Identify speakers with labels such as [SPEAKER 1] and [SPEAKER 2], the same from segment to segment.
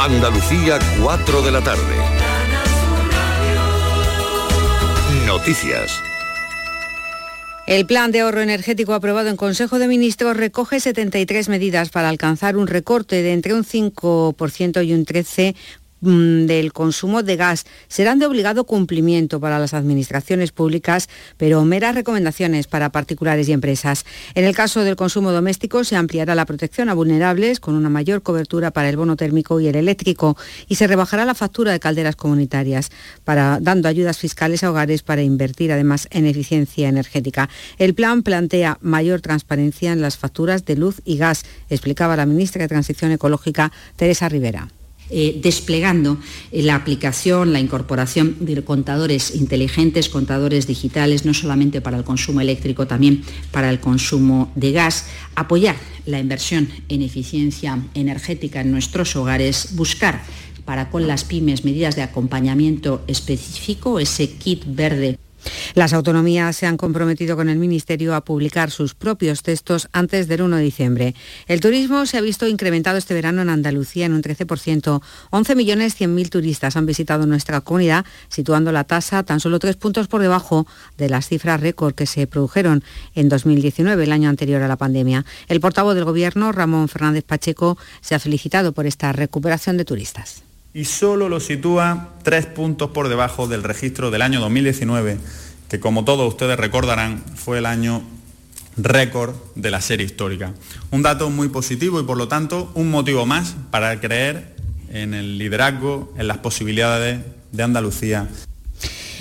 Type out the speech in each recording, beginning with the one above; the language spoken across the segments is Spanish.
[SPEAKER 1] Andalucía, 4 de la tarde. Noticias.
[SPEAKER 2] El plan de ahorro energético aprobado en Consejo de Ministros recoge 73 medidas para alcanzar un recorte de entre un 5% y un 13% mm, del consumo de gas serán de obligado cumplimiento para las administraciones públicas, pero meras recomendaciones para particulares y empresas. En el caso del consumo doméstico se ampliará la protección a vulnerables con una mayor cobertura para el bono térmico y el eléctrico y se rebajará la factura de calderas comunitarias, para, dando ayudas fiscales a hogares para invertir además en eficiencia energética. El plan plantea mayor transparencia en las facturas de luz y gas, explicaba la ministra de Transición Ecológica Teresa Rivera.
[SPEAKER 3] Eh, desplegando eh, la aplicación, la incorporación de contadores inteligentes, contadores digitales, no solamente para el consumo eléctrico, también para el consumo de gas, apoyar la inversión en eficiencia energética en nuestros hogares, buscar para con las pymes medidas de acompañamiento específico, ese kit verde
[SPEAKER 2] las autonomías se han comprometido con el Ministerio a publicar sus propios textos antes del 1 de diciembre. El turismo se ha visto incrementado este verano en Andalucía en un 13%. 11.100.000 turistas han visitado nuestra comunidad, situando la tasa tan solo tres puntos por debajo de las cifras récord que se produjeron en 2019, el año anterior a la pandemia. El portavoz del Gobierno, Ramón Fernández Pacheco, se ha felicitado por esta recuperación de turistas
[SPEAKER 4] y solo lo sitúa tres puntos por debajo del registro del año 2019, que como todos ustedes recordarán fue el año récord de la serie histórica. Un dato muy positivo y por lo tanto un motivo más para creer en el liderazgo, en las posibilidades de Andalucía.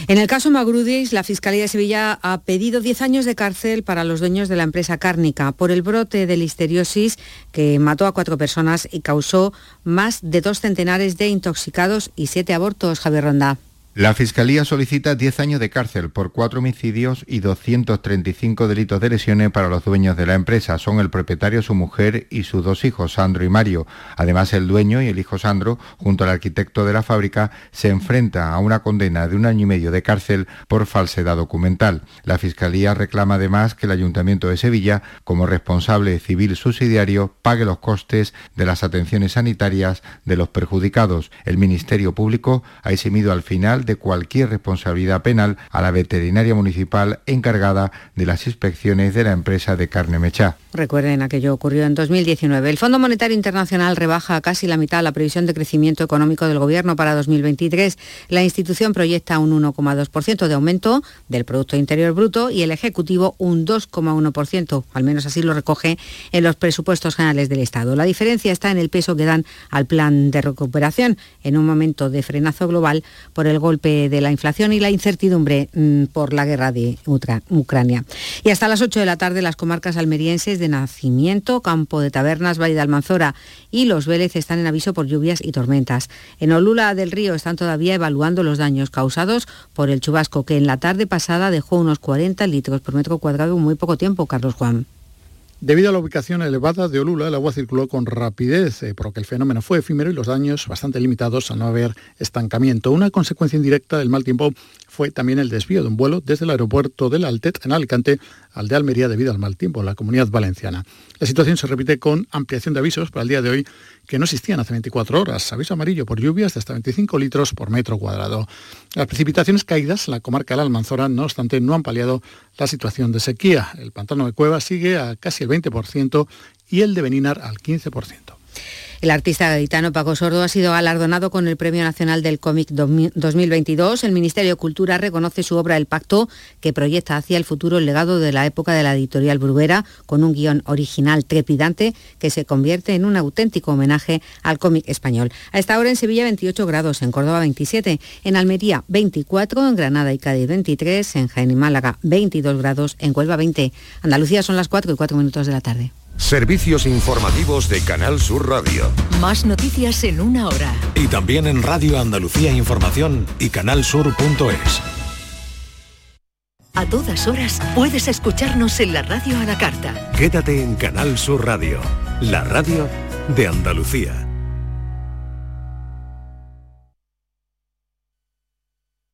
[SPEAKER 2] En el caso Magrudis, la Fiscalía de Sevilla ha pedido 10 años de cárcel para los dueños de la empresa cárnica por el brote de listeriosis que mató a cuatro personas y causó más de dos centenares de intoxicados y siete abortos, Javier Ronda.
[SPEAKER 5] La Fiscalía solicita 10 años de cárcel por cuatro homicidios y 235 delitos de lesiones para los dueños de la empresa. Son el propietario, su mujer y sus dos hijos, Sandro y Mario. Además, el dueño y el hijo Sandro, junto al arquitecto de la fábrica, se enfrenta a una condena de un año y medio de cárcel por falsedad documental. La Fiscalía reclama además que el Ayuntamiento de Sevilla, como responsable civil subsidiario, pague los costes de las atenciones sanitarias de los perjudicados. El Ministerio Público ha eximido al final de cualquier responsabilidad penal a la veterinaria municipal encargada de las inspecciones de la empresa de carne mechá.
[SPEAKER 2] Recuerden aquello ocurrió en 2019. El Fondo Monetario Internacional rebaja a casi la mitad la previsión de crecimiento económico del gobierno para 2023. La institución proyecta un 1,2% de aumento del producto interior bruto y el ejecutivo un 2,1%, al menos así lo recoge en los presupuestos generales del Estado. La diferencia está en el peso que dan al plan de recuperación en un momento de frenazo global por el golpe de la inflación y la incertidumbre mm, por la guerra de Ucrania. Y hasta las 8 de la tarde las comarcas almerienses de Nacimiento, Campo de Tabernas, Valle de Almanzora y Los Vélez están en aviso por lluvias y tormentas. En Olula del Río están todavía evaluando los daños causados por el chubasco que en la tarde pasada dejó unos 40 litros por metro cuadrado en muy poco tiempo, Carlos Juan.
[SPEAKER 6] Debido a la ubicación elevada de Olula, el agua circuló con rapidez, eh, por lo que el fenómeno fue efímero y los daños bastante limitados al no haber estancamiento. Una consecuencia indirecta del mal tiempo fue también el desvío de un vuelo desde el aeropuerto del Altet en Alicante al de Almería debido al mal tiempo en la comunidad valenciana. La situación se repite con ampliación de avisos para el día de hoy que no existían hace 24 horas. Aviso amarillo por lluvias de hasta 25 litros por metro cuadrado. Las precipitaciones caídas en la comarca de la Almanzora, no obstante, no han paliado la situación de sequía. El pantano de Cueva sigue a casi el 20% y el de Beninar al 15%.
[SPEAKER 2] El artista gaditano Paco Sordo ha sido galardonado con el Premio Nacional del Cómic 2022. El Ministerio de Cultura reconoce su obra El Pacto, que proyecta hacia el futuro el legado de la época de la editorial Bruguera, con un guión original trepidante que se convierte en un auténtico homenaje al cómic español. A esta hora en Sevilla 28 grados, en Córdoba 27, en Almería 24, en Granada y Cádiz 23, en Jaén y Málaga 22 grados, en Huelva 20. Andalucía son las 4 y 4 minutos de la tarde.
[SPEAKER 1] Servicios informativos de Canal Sur Radio.
[SPEAKER 7] Más noticias en una hora.
[SPEAKER 1] Y también en Radio Andalucía Información y canalsur.es.
[SPEAKER 7] A todas horas puedes escucharnos en la radio a la carta.
[SPEAKER 1] Quédate en Canal Sur Radio, la radio de Andalucía.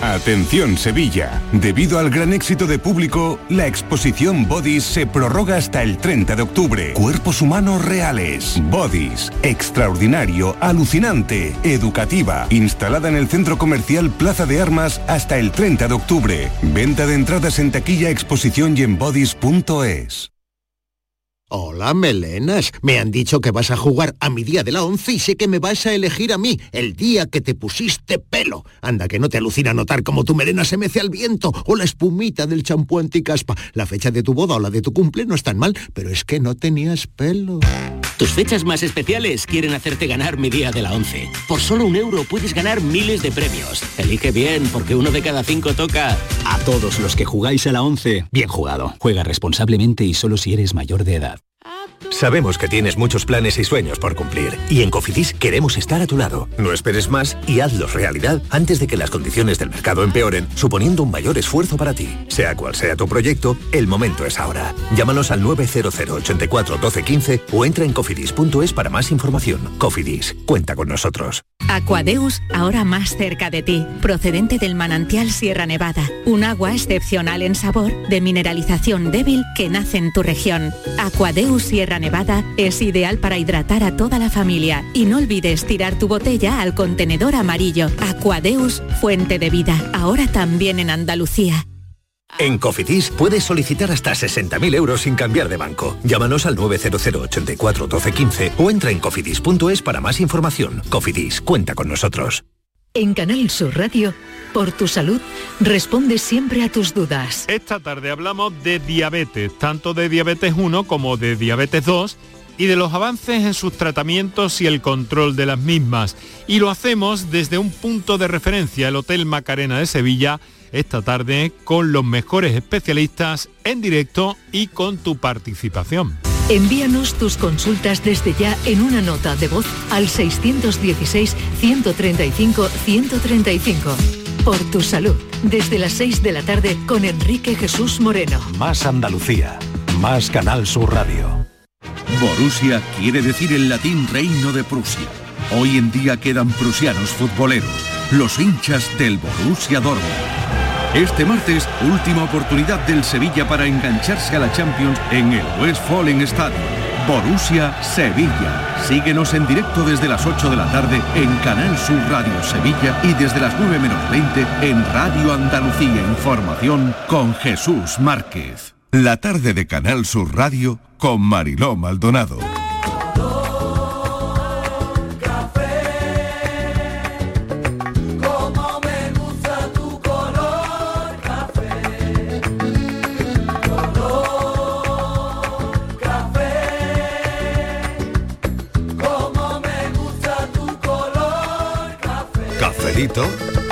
[SPEAKER 8] Atención Sevilla, debido al gran éxito de público, la exposición Bodies se prorroga hasta el 30 de octubre. Cuerpos humanos reales, Bodies, extraordinario, alucinante, educativa, instalada en el centro comercial Plaza de Armas hasta el 30 de octubre. Venta de entradas en taquilla exposición y en bodies.es.
[SPEAKER 9] Hola, melenas. Me han dicho que vas a jugar a mi día de la once y sé que me vas a elegir a mí, el día que te pusiste pelo. Anda, que no te alucina notar cómo tu melena se mece al viento o la espumita del champú anticaspa. La fecha de tu boda o la de tu cumple no es tan mal, pero es que no tenías pelo.
[SPEAKER 10] Tus fechas más especiales quieren hacerte ganar mi día de la once. Por solo un euro puedes ganar miles de premios. Elige bien, porque uno de cada cinco toca.
[SPEAKER 11] A todos los que jugáis a la once, bien jugado. Juega responsablemente y solo si eres mayor de edad.
[SPEAKER 1] Sabemos que tienes muchos planes y sueños por cumplir y en Cofidis queremos estar a tu lado. No esperes más y hazlos realidad antes de que las condiciones del mercado empeoren, suponiendo un mayor esfuerzo para ti. Sea cual sea tu proyecto, el momento es ahora. Llámanos al 900 84 12 15 o entra en cofidis.es para más información. Cofidis, cuenta con nosotros.
[SPEAKER 12] Aquadeus, ahora más cerca de ti, procedente del manantial Sierra Nevada, un agua excepcional en sabor, de mineralización débil que nace en tu región. Aquadeus Sierra Nevada es ideal para hidratar a toda la familia y no olvides tirar tu botella al contenedor amarillo. Aquadeus, fuente de vida, ahora también en Andalucía.
[SPEAKER 1] En Cofidis puedes solicitar hasta 60.000 euros sin cambiar de banco. Llámanos al 900 84 12 15 o entra en cofidis.es para más información. Cofidis, cuenta con nosotros.
[SPEAKER 7] En Canal Sur Radio, por tu salud, responde siempre a tus dudas.
[SPEAKER 13] Esta tarde hablamos de diabetes, tanto de diabetes 1 como de diabetes 2 y de los avances en sus tratamientos y el control de las mismas. Y lo hacemos desde un punto de referencia, el Hotel Macarena de Sevilla, esta tarde con los mejores especialistas en directo y con tu participación.
[SPEAKER 7] Envíanos tus consultas desde ya en una nota de voz al 616-135-135. Por tu salud, desde las 6 de la tarde con Enrique Jesús Moreno.
[SPEAKER 14] Más Andalucía, más Canal Sur Radio.
[SPEAKER 15] Borussia quiere decir en latín Reino de Prusia. Hoy en día quedan prusianos futboleros, los hinchas del Borussia Dortmund. Este martes, última oportunidad del Sevilla para engancharse a la Champions en el Westfalen Stadium. Borussia Sevilla. Síguenos en directo desde las 8 de la tarde en Canal Sur Radio Sevilla y desde las 9 menos 20 en Radio Andalucía Información con Jesús Márquez.
[SPEAKER 8] La tarde de Canal Sur Radio con Mariló Maldonado.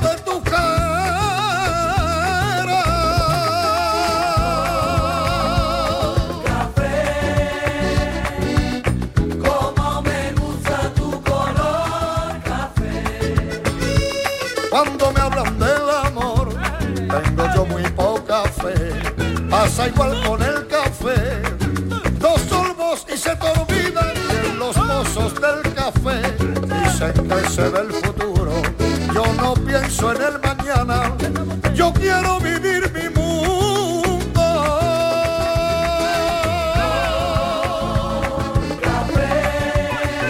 [SPEAKER 16] de tu cara. cuando me hablan del amor, tengo yo muy poca fe. Pasa igual con el café, dos sorbos y se te olvidan de los mozos del café. Dicen que se ve el futuro, yo no pienso en el mañana, yo quiero vivir mi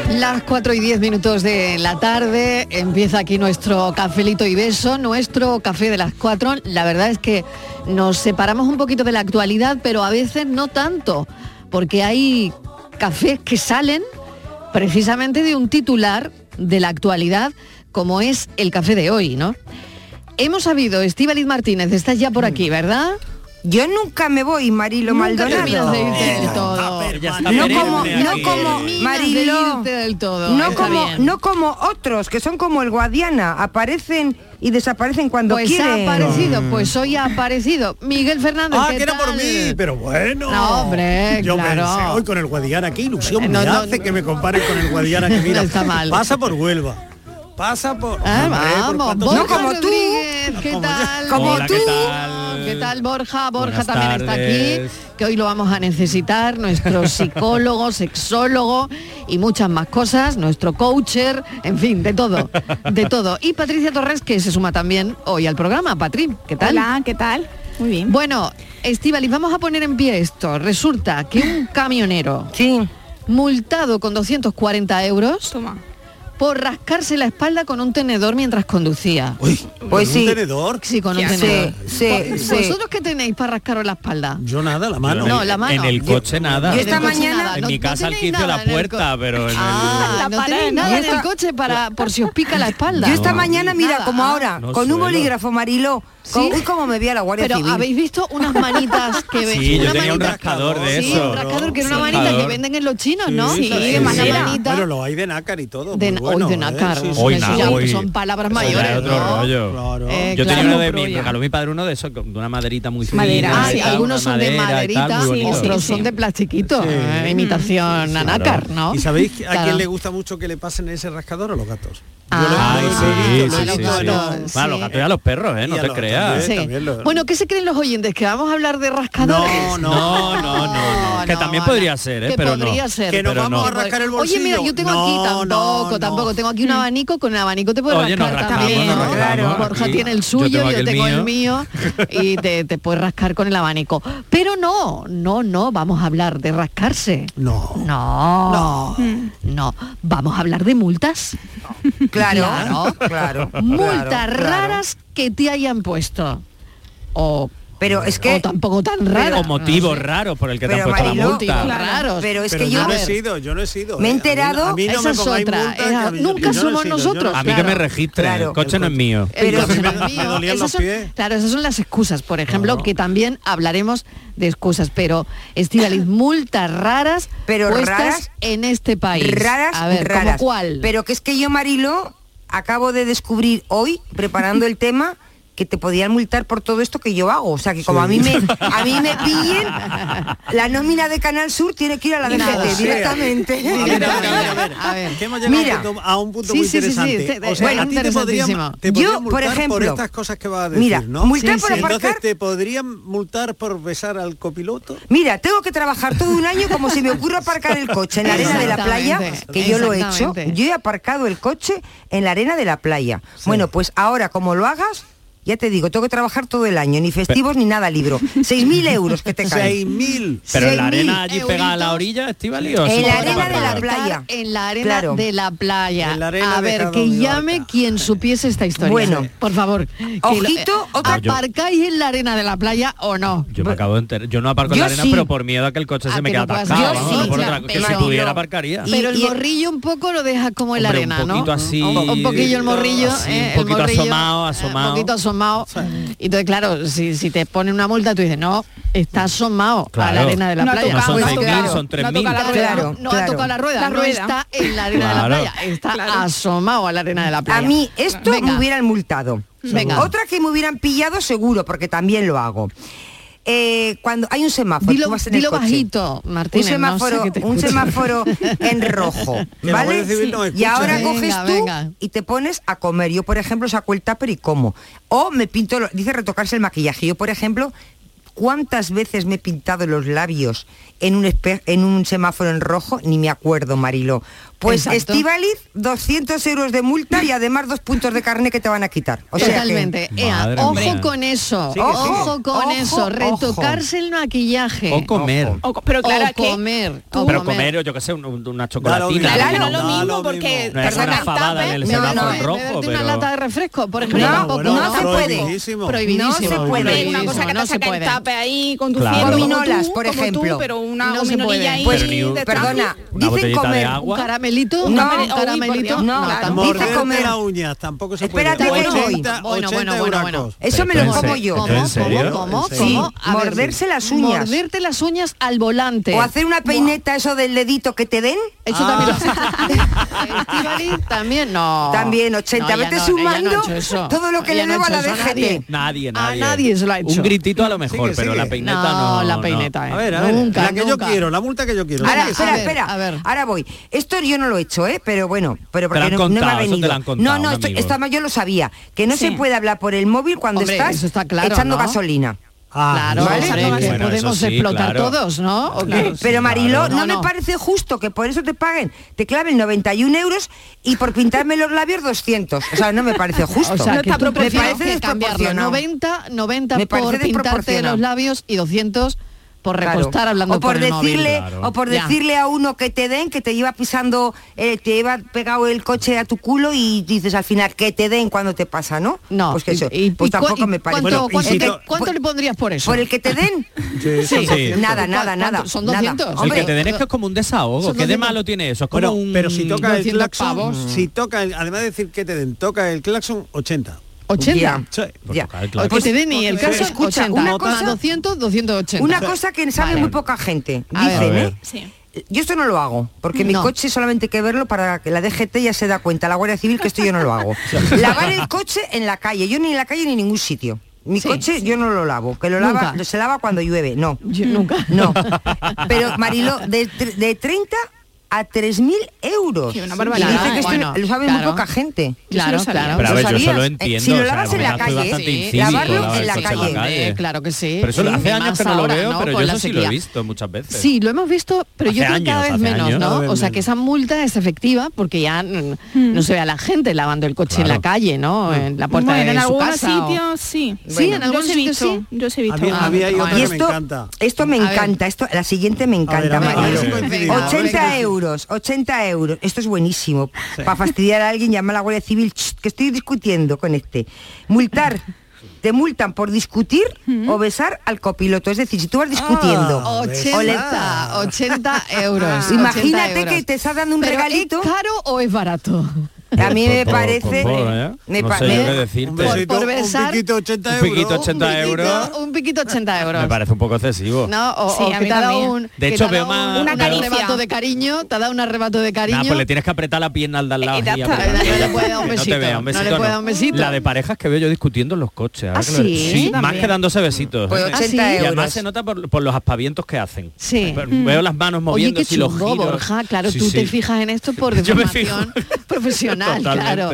[SPEAKER 7] Son las 4 y 10 minutos de la tarde, empieza aquí nuestro cafelito y beso, nuestro café de las 4. La verdad es que nos separamos un poquito de la actualidad, pero a veces no tanto, porque hay cafés que salen precisamente de un titular de la actualidad, como es el café de hoy, ¿no? Hemos sabido, Estíbaliz Martínez, estás ya por aquí, ¿verdad?
[SPEAKER 17] Mm. Yo nunca me voy, Marilo
[SPEAKER 7] Nunca terminas
[SPEAKER 17] Maldonado.
[SPEAKER 7] de irte del todo.
[SPEAKER 17] No como, no como
[SPEAKER 7] Terminas de
[SPEAKER 17] Marilo,
[SPEAKER 7] irte del todo.
[SPEAKER 17] no
[SPEAKER 7] Está
[SPEAKER 17] como,
[SPEAKER 7] bien.
[SPEAKER 17] no como otros que son como el Guadiana, aparecen y desaparecen cuando
[SPEAKER 7] Pues ha
[SPEAKER 17] quieren.
[SPEAKER 7] aparecido, pues hoy ha aparecido. Miguel Fernández.
[SPEAKER 18] Ah,
[SPEAKER 7] ¿qué
[SPEAKER 18] que era por
[SPEAKER 7] tal?
[SPEAKER 18] mí, pero bueno.
[SPEAKER 7] No, hombre,
[SPEAKER 18] Yo
[SPEAKER 7] claro.
[SPEAKER 18] pensé, hoy con el Guadiana, qué ilusión
[SPEAKER 7] No,
[SPEAKER 18] me
[SPEAKER 7] no,
[SPEAKER 18] hace que me comparen con el Guadiana que mira.
[SPEAKER 7] No está mal.
[SPEAKER 18] Pasa por Huelva. Pasa por.
[SPEAKER 7] Ah,
[SPEAKER 18] Hombre, por
[SPEAKER 7] vamos,
[SPEAKER 18] cuanto-
[SPEAKER 7] Borja Rodríguez, ¿qué tal?
[SPEAKER 18] Como
[SPEAKER 7] Hola,
[SPEAKER 18] tú.
[SPEAKER 7] ¿qué tal? ¿Qué tal, Borja? Borja también
[SPEAKER 19] tardes.
[SPEAKER 7] está aquí, que hoy lo vamos a necesitar, nuestro psicólogo, sexólogo y muchas más cosas, nuestro coacher, en fin, de todo, de todo. Y Patricia Torres, que se suma también hoy al programa. Patri, ¿qué tal?
[SPEAKER 20] Hola, ¿qué tal? Muy bien.
[SPEAKER 7] Bueno, Estivalis, vamos a poner en pie esto. Resulta que un camionero multado con 240 euros por rascarse la espalda con un tenedor mientras conducía.
[SPEAKER 18] Pues ¿Con un sí. tenedor?
[SPEAKER 7] Sí, con
[SPEAKER 18] Qué
[SPEAKER 7] un
[SPEAKER 18] asco.
[SPEAKER 7] tenedor.
[SPEAKER 18] Sí,
[SPEAKER 7] Vos-
[SPEAKER 18] sí.
[SPEAKER 7] ¿Vosotros qué tenéis para rascaros la espalda?
[SPEAKER 18] Yo nada, la mano.
[SPEAKER 7] No, la mano.
[SPEAKER 21] En el coche nada.
[SPEAKER 7] yo esta En el coche mañana- nada.
[SPEAKER 21] En
[SPEAKER 7] No-
[SPEAKER 21] mi
[SPEAKER 7] no
[SPEAKER 21] casa
[SPEAKER 7] tenéis
[SPEAKER 21] el quicio
[SPEAKER 7] nada
[SPEAKER 21] la
[SPEAKER 7] en el
[SPEAKER 21] puerta, pero en el...
[SPEAKER 7] Ah, no tenéis nada
[SPEAKER 17] Yo
[SPEAKER 7] en el
[SPEAKER 17] esta-
[SPEAKER 7] coche para por si os pica la espalda.
[SPEAKER 17] Yo esta mañana, mira,
[SPEAKER 7] Nada. Ah.
[SPEAKER 17] como ahora,
[SPEAKER 21] No
[SPEAKER 17] con un
[SPEAKER 21] suelo.
[SPEAKER 17] bolígrafo Marilo, con,
[SPEAKER 7] ¿Sí?
[SPEAKER 17] uy, cómo me vi a la Guardia
[SPEAKER 7] Pero
[SPEAKER 17] Civil.
[SPEAKER 7] habéis visto unas manitas que ven-
[SPEAKER 21] Sí, yo
[SPEAKER 7] una
[SPEAKER 21] tenía un
[SPEAKER 7] manita-
[SPEAKER 21] rascador de
[SPEAKER 7] Sí,
[SPEAKER 21] eso.
[SPEAKER 7] un rascador que era una
[SPEAKER 21] Sí.
[SPEAKER 7] manita que
[SPEAKER 21] Rascador.
[SPEAKER 7] venden en los chinos, ¿no?
[SPEAKER 18] Sí,
[SPEAKER 7] Una
[SPEAKER 18] sí, sí.
[SPEAKER 7] manita.
[SPEAKER 18] Bueno, lo hay de nácar y todo.
[SPEAKER 7] De-
[SPEAKER 18] muy
[SPEAKER 7] hoy
[SPEAKER 18] bueno,
[SPEAKER 7] de
[SPEAKER 18] ¿eh?
[SPEAKER 7] nácar,
[SPEAKER 18] Sí, sí,
[SPEAKER 21] Hoy
[SPEAKER 18] sí.
[SPEAKER 21] nada,
[SPEAKER 7] Ya,
[SPEAKER 21] hoy.
[SPEAKER 7] son palabras
[SPEAKER 21] Eso ya
[SPEAKER 7] mayores,
[SPEAKER 21] es otro
[SPEAKER 7] ¿no?
[SPEAKER 21] rollo.
[SPEAKER 7] Eh,
[SPEAKER 21] Yo tenía
[SPEAKER 7] claro,
[SPEAKER 21] uno de mi,
[SPEAKER 7] pero ya.
[SPEAKER 21] regaló mi padre uno de esos, con- de una maderita muy fina.
[SPEAKER 20] Madera,
[SPEAKER 7] Ah,
[SPEAKER 21] y
[SPEAKER 7] sí,
[SPEAKER 21] tal,
[SPEAKER 7] algunos
[SPEAKER 21] una
[SPEAKER 7] son de
[SPEAKER 21] madera y tal,
[SPEAKER 7] maderita,
[SPEAKER 21] muy bonito.
[SPEAKER 7] otros son de plastiquito, eh, imitación a nácar, ¿no?
[SPEAKER 18] ¿Y sabéis a
[SPEAKER 7] Claro.
[SPEAKER 18] quién le gusta mucho que le pasen ese rascador a los gatos?
[SPEAKER 21] Ay,
[SPEAKER 18] Yo lo-
[SPEAKER 21] Ah, sí,
[SPEAKER 18] lo-
[SPEAKER 21] sí,
[SPEAKER 18] lo-
[SPEAKER 21] sí,
[SPEAKER 18] lo-
[SPEAKER 21] sí.
[SPEAKER 18] lo-
[SPEAKER 21] Bueno, a los gatos y a los perros, ¿eh? No
[SPEAKER 18] Y a
[SPEAKER 21] te
[SPEAKER 18] los-
[SPEAKER 21] creas.
[SPEAKER 7] Sí. Bueno, ¿qué se creen los oyentes? ¿Que vamos a hablar de rascadores?
[SPEAKER 21] No, no, no, no. Que también podría ser, ¿eh?
[SPEAKER 7] Que
[SPEAKER 21] Pero
[SPEAKER 7] podría
[SPEAKER 21] no.
[SPEAKER 7] ser.
[SPEAKER 21] Pero no.
[SPEAKER 7] Oye, mira, yo tengo aquí tampoco, tampoco. Tengo aquí un abanico, con el abanico te puedes
[SPEAKER 21] Oye, nos
[SPEAKER 7] rascar
[SPEAKER 21] rascamos,
[SPEAKER 7] también.
[SPEAKER 21] nos
[SPEAKER 7] ¿no?
[SPEAKER 21] rascamos,
[SPEAKER 7] Borja
[SPEAKER 21] aquí.
[SPEAKER 7] tiene el
[SPEAKER 21] Yo
[SPEAKER 7] suyo, yo
[SPEAKER 21] tengo
[SPEAKER 7] tengo,
[SPEAKER 21] aquí el
[SPEAKER 7] el mío y te, te puedes rascar con el abanico. Pero no, no, no, vamos a hablar de rascarse.
[SPEAKER 18] No.
[SPEAKER 7] No. Mm. No. Vamos a hablar de multas.
[SPEAKER 17] Claro, claro,
[SPEAKER 7] Multas
[SPEAKER 17] claro, claro.
[SPEAKER 7] raras que te hayan puesto. O
[SPEAKER 17] pero es que
[SPEAKER 7] tampoco tan rara.
[SPEAKER 21] O motivo raro por el que te han puesto la
[SPEAKER 7] Mariló,
[SPEAKER 21] multa.
[SPEAKER 7] claro. raros.
[SPEAKER 17] Pero es
[SPEAKER 18] Pero
[SPEAKER 17] que
[SPEAKER 18] yo
[SPEAKER 17] yo
[SPEAKER 18] no he sido, yo no he sido.
[SPEAKER 17] me
[SPEAKER 18] eh.
[SPEAKER 17] he
[SPEAKER 18] A mí-
[SPEAKER 17] enterado-
[SPEAKER 18] a mí no
[SPEAKER 17] Esa
[SPEAKER 18] me
[SPEAKER 17] es
[SPEAKER 18] pongáis
[SPEAKER 17] otra,
[SPEAKER 18] multas,
[SPEAKER 17] es a-
[SPEAKER 18] que a mí-
[SPEAKER 7] nunca
[SPEAKER 18] yo no he sido,
[SPEAKER 7] somos
[SPEAKER 18] yo no he
[SPEAKER 7] nosotros,
[SPEAKER 18] sido.
[SPEAKER 21] A mí que me registre, el coche no es mío.
[SPEAKER 7] Pero
[SPEAKER 18] me dolían
[SPEAKER 7] esas
[SPEAKER 18] los
[SPEAKER 7] son-
[SPEAKER 18] pies.
[SPEAKER 7] Claro, esas son las excusas, por ejemplo, que también hablaremos de excusas, pero Estivaliz, multas raras
[SPEAKER 17] Pero
[SPEAKER 7] puestas
[SPEAKER 17] raras,
[SPEAKER 7] en este país.
[SPEAKER 17] raras,
[SPEAKER 7] A ver, ¿cómo
[SPEAKER 17] raras.
[SPEAKER 7] cuál?
[SPEAKER 17] Pero que es que yo, Marilo, acabo de descubrir hoy, preparando el tema, que te podían multar por todo esto que yo hago. O sea, que como a mí me, a mí me pillen, la nómina de Canal Sur tiene que ir a la
[SPEAKER 7] Nada.
[SPEAKER 17] DGT
[SPEAKER 18] O sea,
[SPEAKER 17] directamente.
[SPEAKER 18] a ver, a ver, a ver,
[SPEAKER 7] a ver.
[SPEAKER 18] Que hemos llegado
[SPEAKER 17] Mira.
[SPEAKER 18] a un punto- a un punto
[SPEAKER 17] Sí,
[SPEAKER 18] muy
[SPEAKER 17] sí, sí, sí,
[SPEAKER 18] interesante.
[SPEAKER 17] sí, sí,
[SPEAKER 18] o sea,
[SPEAKER 17] bueno,
[SPEAKER 18] a ti te podrían, te podrían
[SPEAKER 17] Yo, por
[SPEAKER 18] multar por
[SPEAKER 17] ejemplo,
[SPEAKER 18] estas cosas que va a decir,
[SPEAKER 17] mira,
[SPEAKER 18] ¿no?
[SPEAKER 17] multar Sí, por sí. aparcar-
[SPEAKER 18] Entonces te podrían multar por besar al copiloto.
[SPEAKER 17] Mira, tengo que trabajar todo un año como se me ocurre aparcar el coche en la arena de la playa,
[SPEAKER 18] Exactamente,
[SPEAKER 17] que yo lo he hecho.
[SPEAKER 18] exactamente.
[SPEAKER 17] Yo he aparcado el coche en la arena de la playa. Bueno, pues ahora como lo hagas, ya te digo, tengo que trabajar todo el año, ni festivos ni nada libro. 6.000 euros que te
[SPEAKER 18] 6.000.
[SPEAKER 17] caen.
[SPEAKER 21] Pero en
[SPEAKER 17] Seis
[SPEAKER 21] la arena allí
[SPEAKER 17] mil
[SPEAKER 21] pegada a la orilla, Estivali, o
[SPEAKER 17] En
[SPEAKER 21] se
[SPEAKER 17] la
[SPEAKER 21] puede
[SPEAKER 17] arena de
[SPEAKER 21] aparcar?
[SPEAKER 17] la playa.
[SPEAKER 7] En la arena
[SPEAKER 17] Claro.
[SPEAKER 7] de la playa.
[SPEAKER 17] En la arena
[SPEAKER 7] a
[SPEAKER 17] de
[SPEAKER 7] ver,
[SPEAKER 17] cada
[SPEAKER 7] que
[SPEAKER 17] uno
[SPEAKER 7] llame quien supiese esta historia.
[SPEAKER 17] Bueno.
[SPEAKER 7] por favor. que lo-
[SPEAKER 17] Ojito, otra-
[SPEAKER 7] Ah, yo- ¿Aparcáis en la arena de la playa o no?
[SPEAKER 21] Yo me acabo de enterar. Yo no aparco en
[SPEAKER 7] Yo
[SPEAKER 21] la arena,
[SPEAKER 7] sí.
[SPEAKER 21] pero por miedo a que el coche se me quede
[SPEAKER 7] no puedas-
[SPEAKER 21] atascado.
[SPEAKER 7] Yo
[SPEAKER 21] vamos,
[SPEAKER 7] sí,
[SPEAKER 21] no por
[SPEAKER 7] claro,
[SPEAKER 21] otra cosa. que si
[SPEAKER 7] pero-
[SPEAKER 21] pudiera aparcaría.
[SPEAKER 7] Pero el morrillo un poco lo dejas como en la
[SPEAKER 21] Hombre, un
[SPEAKER 7] arena, ¿no?
[SPEAKER 21] poquito así,
[SPEAKER 7] Un, un poquillo el morrillo.
[SPEAKER 21] así,
[SPEAKER 7] eh,
[SPEAKER 21] un
[SPEAKER 7] el
[SPEAKER 21] poquito
[SPEAKER 7] morrillo,
[SPEAKER 21] asomado,
[SPEAKER 7] eh,
[SPEAKER 21] asomado.
[SPEAKER 7] Un poquito asomado. Y entonces, claro, si, si te ponen una multa, tú dices, no, está asomado a la
[SPEAKER 21] Claro.
[SPEAKER 7] arena de la
[SPEAKER 21] No ha
[SPEAKER 7] playa.
[SPEAKER 21] tocado, No son no 6.000,
[SPEAKER 7] claro,
[SPEAKER 21] tocado. son 3.000.
[SPEAKER 7] No, ha tocado la rueda,
[SPEAKER 17] Claro,
[SPEAKER 7] no ha
[SPEAKER 17] claro.
[SPEAKER 7] tocado la rueda,
[SPEAKER 17] La
[SPEAKER 7] no
[SPEAKER 17] rueda.
[SPEAKER 7] está en la arena de
[SPEAKER 17] Claro.
[SPEAKER 7] la playa, está asomado a la arena de la playa.
[SPEAKER 17] A mí esto me hubieran multado.
[SPEAKER 7] Venga.
[SPEAKER 17] Otra que me hubieran pillado seguro, porque también lo hago. Eh, cuando hay un semáforo,
[SPEAKER 7] Dilo-
[SPEAKER 17] tú vas en el
[SPEAKER 7] dilo
[SPEAKER 17] coche.
[SPEAKER 7] bajito, Martínez,
[SPEAKER 17] un
[SPEAKER 7] no
[SPEAKER 17] semáforo,
[SPEAKER 7] sé que te
[SPEAKER 17] un
[SPEAKER 7] escucho.
[SPEAKER 17] semáforo en rojo,
[SPEAKER 18] Que la
[SPEAKER 17] ¿vale?
[SPEAKER 18] Guardia Civil no
[SPEAKER 17] y
[SPEAKER 18] escucha.
[SPEAKER 17] ahora
[SPEAKER 18] Venga,
[SPEAKER 17] coges tú
[SPEAKER 18] venga.
[SPEAKER 17] y te pones a comer. Yo, por ejemplo, saco el tupper y como. O me pinto, lo- dice retocarse el maquillaje. Yo, por ejemplo, ¿cuántas veces me he pintado los labios en un, espe- en un semáforo en rojo? Ni me acuerdo, Marilo. Pues
[SPEAKER 7] Exacto.
[SPEAKER 17] Estivaliz, 200 euros de multa y además dos puntos de carne que te van a quitar. O sea que-
[SPEAKER 7] Eh, Totalmente. Ea,
[SPEAKER 17] Madre
[SPEAKER 7] ojo
[SPEAKER 17] mía.
[SPEAKER 7] con eso.
[SPEAKER 17] Sigue,
[SPEAKER 7] ojo
[SPEAKER 17] sigue.
[SPEAKER 7] con
[SPEAKER 17] Ojo,
[SPEAKER 7] eso.
[SPEAKER 17] ojo.
[SPEAKER 7] Retocarse el maquillaje.
[SPEAKER 21] O comer.
[SPEAKER 7] O,
[SPEAKER 22] pero Clara, que
[SPEAKER 7] comer. o
[SPEAKER 21] pero
[SPEAKER 7] comer.
[SPEAKER 21] comer, yo qué sé, un- un- una chocolatina.
[SPEAKER 22] Claro, no es lo mismo porque...
[SPEAKER 21] No es una fabada en el semáforo rojo,
[SPEAKER 7] Beberte
[SPEAKER 21] pero...
[SPEAKER 7] una lata de refresco, por ejemplo,
[SPEAKER 22] No,
[SPEAKER 7] tampoco.
[SPEAKER 22] bueno, no se puede.
[SPEAKER 7] Prohibidísimo.
[SPEAKER 22] No se
[SPEAKER 7] Prohibidísimo,
[SPEAKER 22] puede. Una
[SPEAKER 7] prohibidísimo,
[SPEAKER 22] cosa que
[SPEAKER 7] no
[SPEAKER 22] te
[SPEAKER 7] se
[SPEAKER 22] saca el
[SPEAKER 7] puede.
[SPEAKER 22] tape ahí
[SPEAKER 21] Claro.
[SPEAKER 22] conduciendo como
[SPEAKER 17] Gominolas,
[SPEAKER 22] tú,
[SPEAKER 17] por
[SPEAKER 22] como tú,
[SPEAKER 17] ejemplo.
[SPEAKER 22] pero una
[SPEAKER 7] No se puede.
[SPEAKER 22] gominolilla ahí...
[SPEAKER 21] Pero ni un-
[SPEAKER 22] de
[SPEAKER 17] Perdona,
[SPEAKER 21] Una botellita de agua.
[SPEAKER 7] Un caramelito, un
[SPEAKER 17] No,
[SPEAKER 7] caramel-
[SPEAKER 17] uy,
[SPEAKER 7] caramelito.
[SPEAKER 17] por Dios, no,
[SPEAKER 7] tampoco.
[SPEAKER 17] Dice comer.
[SPEAKER 18] las uñas, tampoco se
[SPEAKER 17] Espérate
[SPEAKER 18] puede.
[SPEAKER 17] que voy.
[SPEAKER 7] Bueno, bueno, bueno, bueno.
[SPEAKER 17] Eso me lo como yo.
[SPEAKER 18] ¿Cómo, ¿En serio?
[SPEAKER 7] ¿Cómo?
[SPEAKER 17] Sí,
[SPEAKER 7] ¿Cómo? A ver,
[SPEAKER 17] morderse las uñas.
[SPEAKER 7] Morderte las uñas al volante.
[SPEAKER 17] O hacer una peineta eso del dedito que te den. ah,
[SPEAKER 7] Eso también lo Estivali, también no.
[SPEAKER 17] También 80.
[SPEAKER 7] No, ella
[SPEAKER 17] Vete
[SPEAKER 7] no-
[SPEAKER 17] sumando
[SPEAKER 7] ella no ha hecho eso.
[SPEAKER 17] todo lo que
[SPEAKER 7] Ella
[SPEAKER 17] le
[SPEAKER 7] no
[SPEAKER 17] debo
[SPEAKER 7] ha
[SPEAKER 17] a la
[SPEAKER 7] hecho eso a nadie.
[SPEAKER 17] DGT.
[SPEAKER 21] Nadie,
[SPEAKER 7] A
[SPEAKER 21] nadie.
[SPEAKER 7] nadie se lo ha hecho.
[SPEAKER 21] Un gritito a lo mejor,
[SPEAKER 18] Sigue,
[SPEAKER 21] pero
[SPEAKER 18] sigue.
[SPEAKER 21] la peineta no.
[SPEAKER 7] la
[SPEAKER 21] no.
[SPEAKER 7] peineta, eh.
[SPEAKER 18] A ver, a ver,
[SPEAKER 7] Nunca,
[SPEAKER 18] la que
[SPEAKER 7] nunca.
[SPEAKER 18] yo quiero, la multa que yo quiero.
[SPEAKER 17] Ahora,
[SPEAKER 18] Sí,
[SPEAKER 17] espera,
[SPEAKER 18] sí.
[SPEAKER 17] espera. Ahora voy. Esto yo no lo he hecho, ¿eh? Pero bueno, pero
[SPEAKER 18] Te lo
[SPEAKER 17] porque
[SPEAKER 18] han
[SPEAKER 17] no, no me ha
[SPEAKER 18] contado, eso te
[SPEAKER 17] venido.
[SPEAKER 18] lo han contado,
[SPEAKER 17] no, no,
[SPEAKER 18] un
[SPEAKER 17] esto,
[SPEAKER 18] amigo.
[SPEAKER 17] esta ma- yo lo sabía. Que no
[SPEAKER 7] Sí.
[SPEAKER 17] se puede hablar por el móvil cuando
[SPEAKER 7] Hombre,
[SPEAKER 17] estás
[SPEAKER 7] eso está claro,
[SPEAKER 17] echando
[SPEAKER 7] ¿no? Ah,
[SPEAKER 17] gasolina.
[SPEAKER 7] Claro,
[SPEAKER 17] Ah, ¿Vale?
[SPEAKER 7] hombre, que
[SPEAKER 17] Bueno,
[SPEAKER 7] podemos
[SPEAKER 17] eso sí,
[SPEAKER 7] explotar
[SPEAKER 17] claro.
[SPEAKER 7] todos, ¿no? ¿O qué?
[SPEAKER 17] Eh, pero Mariló, no, me parece justo que por eso te paguen, te claven 91 euros y por pintarme los labios 200. O sea, no me parece justo.
[SPEAKER 7] O sea, que tú
[SPEAKER 17] me
[SPEAKER 7] prefieres
[SPEAKER 17] parece
[SPEAKER 7] que cambiarlo
[SPEAKER 17] desproporcionado.
[SPEAKER 7] 90, 90
[SPEAKER 17] Me parece
[SPEAKER 7] por pintarte
[SPEAKER 17] desproporcionado.
[SPEAKER 7] los labios y 200 por
[SPEAKER 17] Claro.
[SPEAKER 7] recostar hablando
[SPEAKER 17] o por,
[SPEAKER 7] con el móvil.
[SPEAKER 17] decirle o por
[SPEAKER 7] Ya.
[SPEAKER 17] decirle a uno que te den que te lleva pisando eh, te lleva pegado el coche a tu culo y dices al final que te den cuando te pasa no no pues que eso pues
[SPEAKER 7] ¿Y cu-
[SPEAKER 17] tampoco
[SPEAKER 7] y
[SPEAKER 17] me parece
[SPEAKER 7] ¿Cuánto, cuánto
[SPEAKER 17] El
[SPEAKER 7] te-
[SPEAKER 17] que-
[SPEAKER 7] cuánto le pondrías por eso?
[SPEAKER 17] por el que te den
[SPEAKER 18] Sí,
[SPEAKER 17] Sí. Nada,
[SPEAKER 7] ¿Cu-
[SPEAKER 17] nada,
[SPEAKER 7] cuánto?
[SPEAKER 17] nada.
[SPEAKER 7] Son
[SPEAKER 17] Nada.
[SPEAKER 7] 200.
[SPEAKER 21] El que te den es que es como un desahogo.
[SPEAKER 18] Son
[SPEAKER 21] ¿Qué de
[SPEAKER 18] 200.
[SPEAKER 21] malo tiene eso? Es como
[SPEAKER 18] Bueno,
[SPEAKER 21] un...
[SPEAKER 18] pero si toca el
[SPEAKER 7] 200
[SPEAKER 18] claxon, mm.
[SPEAKER 7] pavos.
[SPEAKER 18] si toca el, además de decir que te den, toca el claxon 80.
[SPEAKER 7] 80. Ya,
[SPEAKER 18] Sí.
[SPEAKER 21] ya. tocar el
[SPEAKER 7] O que te den y el caso
[SPEAKER 17] Escucha,
[SPEAKER 7] 80,
[SPEAKER 17] una cosa-
[SPEAKER 7] más 200, 280.
[SPEAKER 17] una cosa que sabe
[SPEAKER 7] Vale.
[SPEAKER 17] muy poca gente
[SPEAKER 7] A ver.
[SPEAKER 17] dicen
[SPEAKER 7] A
[SPEAKER 17] ¿eh?
[SPEAKER 7] ver.
[SPEAKER 17] yo esto no lo hago porque mi
[SPEAKER 7] No.
[SPEAKER 17] coche solamente hay que verlo para que la DGT ya se da cuenta la Guardia Civil que esto yo no lo hago lavar el coche en la calle yo ni en la calle ni en ningún sitio mi coche yo no lo lavo que lo lava
[SPEAKER 7] Nunca.
[SPEAKER 17] se lava cuando llueve no
[SPEAKER 7] nunca.
[SPEAKER 17] No. Pero Mariló, de, tr- de 30 a 3.000 euros.
[SPEAKER 22] Sí, una
[SPEAKER 17] Y
[SPEAKER 22] barbaridad,
[SPEAKER 17] dice que esto
[SPEAKER 7] bueno,
[SPEAKER 17] lo sabe
[SPEAKER 7] claro.
[SPEAKER 17] muy poca gente.
[SPEAKER 7] Claro,
[SPEAKER 17] Yo sí lo
[SPEAKER 7] claro.
[SPEAKER 17] sabía.
[SPEAKER 21] Pero a ver,
[SPEAKER 17] ¿Lo
[SPEAKER 21] yo eso
[SPEAKER 17] sabías?
[SPEAKER 21] lo
[SPEAKER 17] Eh,
[SPEAKER 21] entiendo,
[SPEAKER 17] Si
[SPEAKER 21] o
[SPEAKER 17] lo
[SPEAKER 21] sea,
[SPEAKER 17] lavas
[SPEAKER 21] me
[SPEAKER 17] en la
[SPEAKER 21] parece
[SPEAKER 17] calle,
[SPEAKER 21] bastante
[SPEAKER 17] sí,
[SPEAKER 21] incívico
[SPEAKER 17] lavarlo
[SPEAKER 21] lavar
[SPEAKER 17] en
[SPEAKER 21] el
[SPEAKER 17] la
[SPEAKER 21] coche en la
[SPEAKER 17] calle.
[SPEAKER 21] calle. eh,
[SPEAKER 7] Claro que sí.
[SPEAKER 21] Pero eso
[SPEAKER 7] Sí,
[SPEAKER 21] hace
[SPEAKER 7] y
[SPEAKER 21] años
[SPEAKER 7] más
[SPEAKER 21] que no lo
[SPEAKER 7] ahora,
[SPEAKER 21] veo,
[SPEAKER 7] ¿no?
[SPEAKER 21] pero
[SPEAKER 7] Con
[SPEAKER 21] yo
[SPEAKER 7] la
[SPEAKER 21] eso sí lo he
[SPEAKER 7] sequía.
[SPEAKER 21] visto muchas veces.
[SPEAKER 7] Sí, lo hemos visto, pero yo
[SPEAKER 21] Hace
[SPEAKER 7] creo que cada
[SPEAKER 21] años,
[SPEAKER 7] vez
[SPEAKER 21] hace
[SPEAKER 7] menos,
[SPEAKER 21] años. Cada
[SPEAKER 7] ¿no?
[SPEAKER 21] vez
[SPEAKER 7] O sea, que esa multa es efectiva porque ya mm, no se ve a la gente lavando el coche en la calle, ¿no? En la puerta
[SPEAKER 22] Bueno, en
[SPEAKER 7] de su
[SPEAKER 22] algunos
[SPEAKER 7] casa. o-
[SPEAKER 22] sitios sí.
[SPEAKER 7] Sí,
[SPEAKER 22] Bueno,
[SPEAKER 7] en algunos
[SPEAKER 22] yo os he
[SPEAKER 7] sitios
[SPEAKER 22] visto,
[SPEAKER 7] sí.
[SPEAKER 22] Yo os he visto.
[SPEAKER 18] Había- había
[SPEAKER 22] Ah,
[SPEAKER 18] otra
[SPEAKER 22] bueno.
[SPEAKER 17] Y
[SPEAKER 18] me
[SPEAKER 17] esto,
[SPEAKER 18] encanta.
[SPEAKER 17] esto me
[SPEAKER 22] A ver.
[SPEAKER 17] encanta, esto, la siguiente me
[SPEAKER 18] ver,
[SPEAKER 17] encanta,
[SPEAKER 18] a ver, a ver
[SPEAKER 17] Mariló.
[SPEAKER 18] si coincidimos, a ver si
[SPEAKER 17] 80
[SPEAKER 18] coincidimos.
[SPEAKER 17] euros, 80 euros, esto es buenísimo. Para fastidiar a alguien, llama a la Guardia Civil, "Ch, que estoy discutiendo con este. Multar, te multan por discutir o besar al copiloto. Es decir, si tú vas discutiendo
[SPEAKER 22] Ah,
[SPEAKER 17] o le-
[SPEAKER 7] 80, 80 euros.
[SPEAKER 17] Ah. Imagínate
[SPEAKER 7] 80 euros.
[SPEAKER 17] que te está dando un
[SPEAKER 7] Pero
[SPEAKER 17] regalito.
[SPEAKER 7] ¿Es caro o es barato?
[SPEAKER 17] A mí me parece... me
[SPEAKER 21] ¿eh? no
[SPEAKER 17] pa-
[SPEAKER 21] sé yo
[SPEAKER 17] me-
[SPEAKER 21] qué decirte.
[SPEAKER 7] Por, por besar.
[SPEAKER 18] piquito 80
[SPEAKER 21] Un piquito 80 euros
[SPEAKER 7] Un piquito 80 euros.
[SPEAKER 21] me parece un poco excesivo.
[SPEAKER 7] No, o,
[SPEAKER 22] Sí,
[SPEAKER 7] o
[SPEAKER 22] a
[SPEAKER 7] que
[SPEAKER 22] mí
[SPEAKER 7] te ha dado
[SPEAKER 22] también.
[SPEAKER 7] un,
[SPEAKER 21] De
[SPEAKER 7] que te
[SPEAKER 21] hecho,
[SPEAKER 7] ha
[SPEAKER 21] veo
[SPEAKER 7] dado
[SPEAKER 21] más-
[SPEAKER 7] un,
[SPEAKER 21] Una
[SPEAKER 7] un
[SPEAKER 21] caricia.
[SPEAKER 7] arrebato de cariño, te ha dado un arrebato de cariño.
[SPEAKER 21] Nah, pues le tienes que apretar la pierna al dar la
[SPEAKER 7] Eh, ya
[SPEAKER 21] y
[SPEAKER 7] está,
[SPEAKER 21] apretar.
[SPEAKER 7] no le puede dar un
[SPEAKER 21] Que
[SPEAKER 7] besito,
[SPEAKER 21] No te vea, un
[SPEAKER 7] no le
[SPEAKER 21] besito.
[SPEAKER 7] puede dar un besito.
[SPEAKER 21] La de parejas que veo yo discutiendo en los coches. ahora
[SPEAKER 7] ¿Ah,
[SPEAKER 21] que lo-
[SPEAKER 7] sí?
[SPEAKER 21] sí, más
[SPEAKER 7] También.
[SPEAKER 21] que dándose besitos.
[SPEAKER 17] Pues
[SPEAKER 21] ¿eh?
[SPEAKER 17] 80
[SPEAKER 21] Y además
[SPEAKER 17] euros.
[SPEAKER 21] se nota por, por los aspavientos que hacen.
[SPEAKER 7] Sí.
[SPEAKER 21] Pero Veo las manos
[SPEAKER 7] Oye, qué
[SPEAKER 21] moviéndose y los
[SPEAKER 7] chungo,
[SPEAKER 21] giros.
[SPEAKER 7] Borja. Claro,
[SPEAKER 21] Sí,
[SPEAKER 7] tú te
[SPEAKER 21] sí.
[SPEAKER 7] fijas en esto por
[SPEAKER 21] Yo me fijo.
[SPEAKER 7] deformación profesional, claro.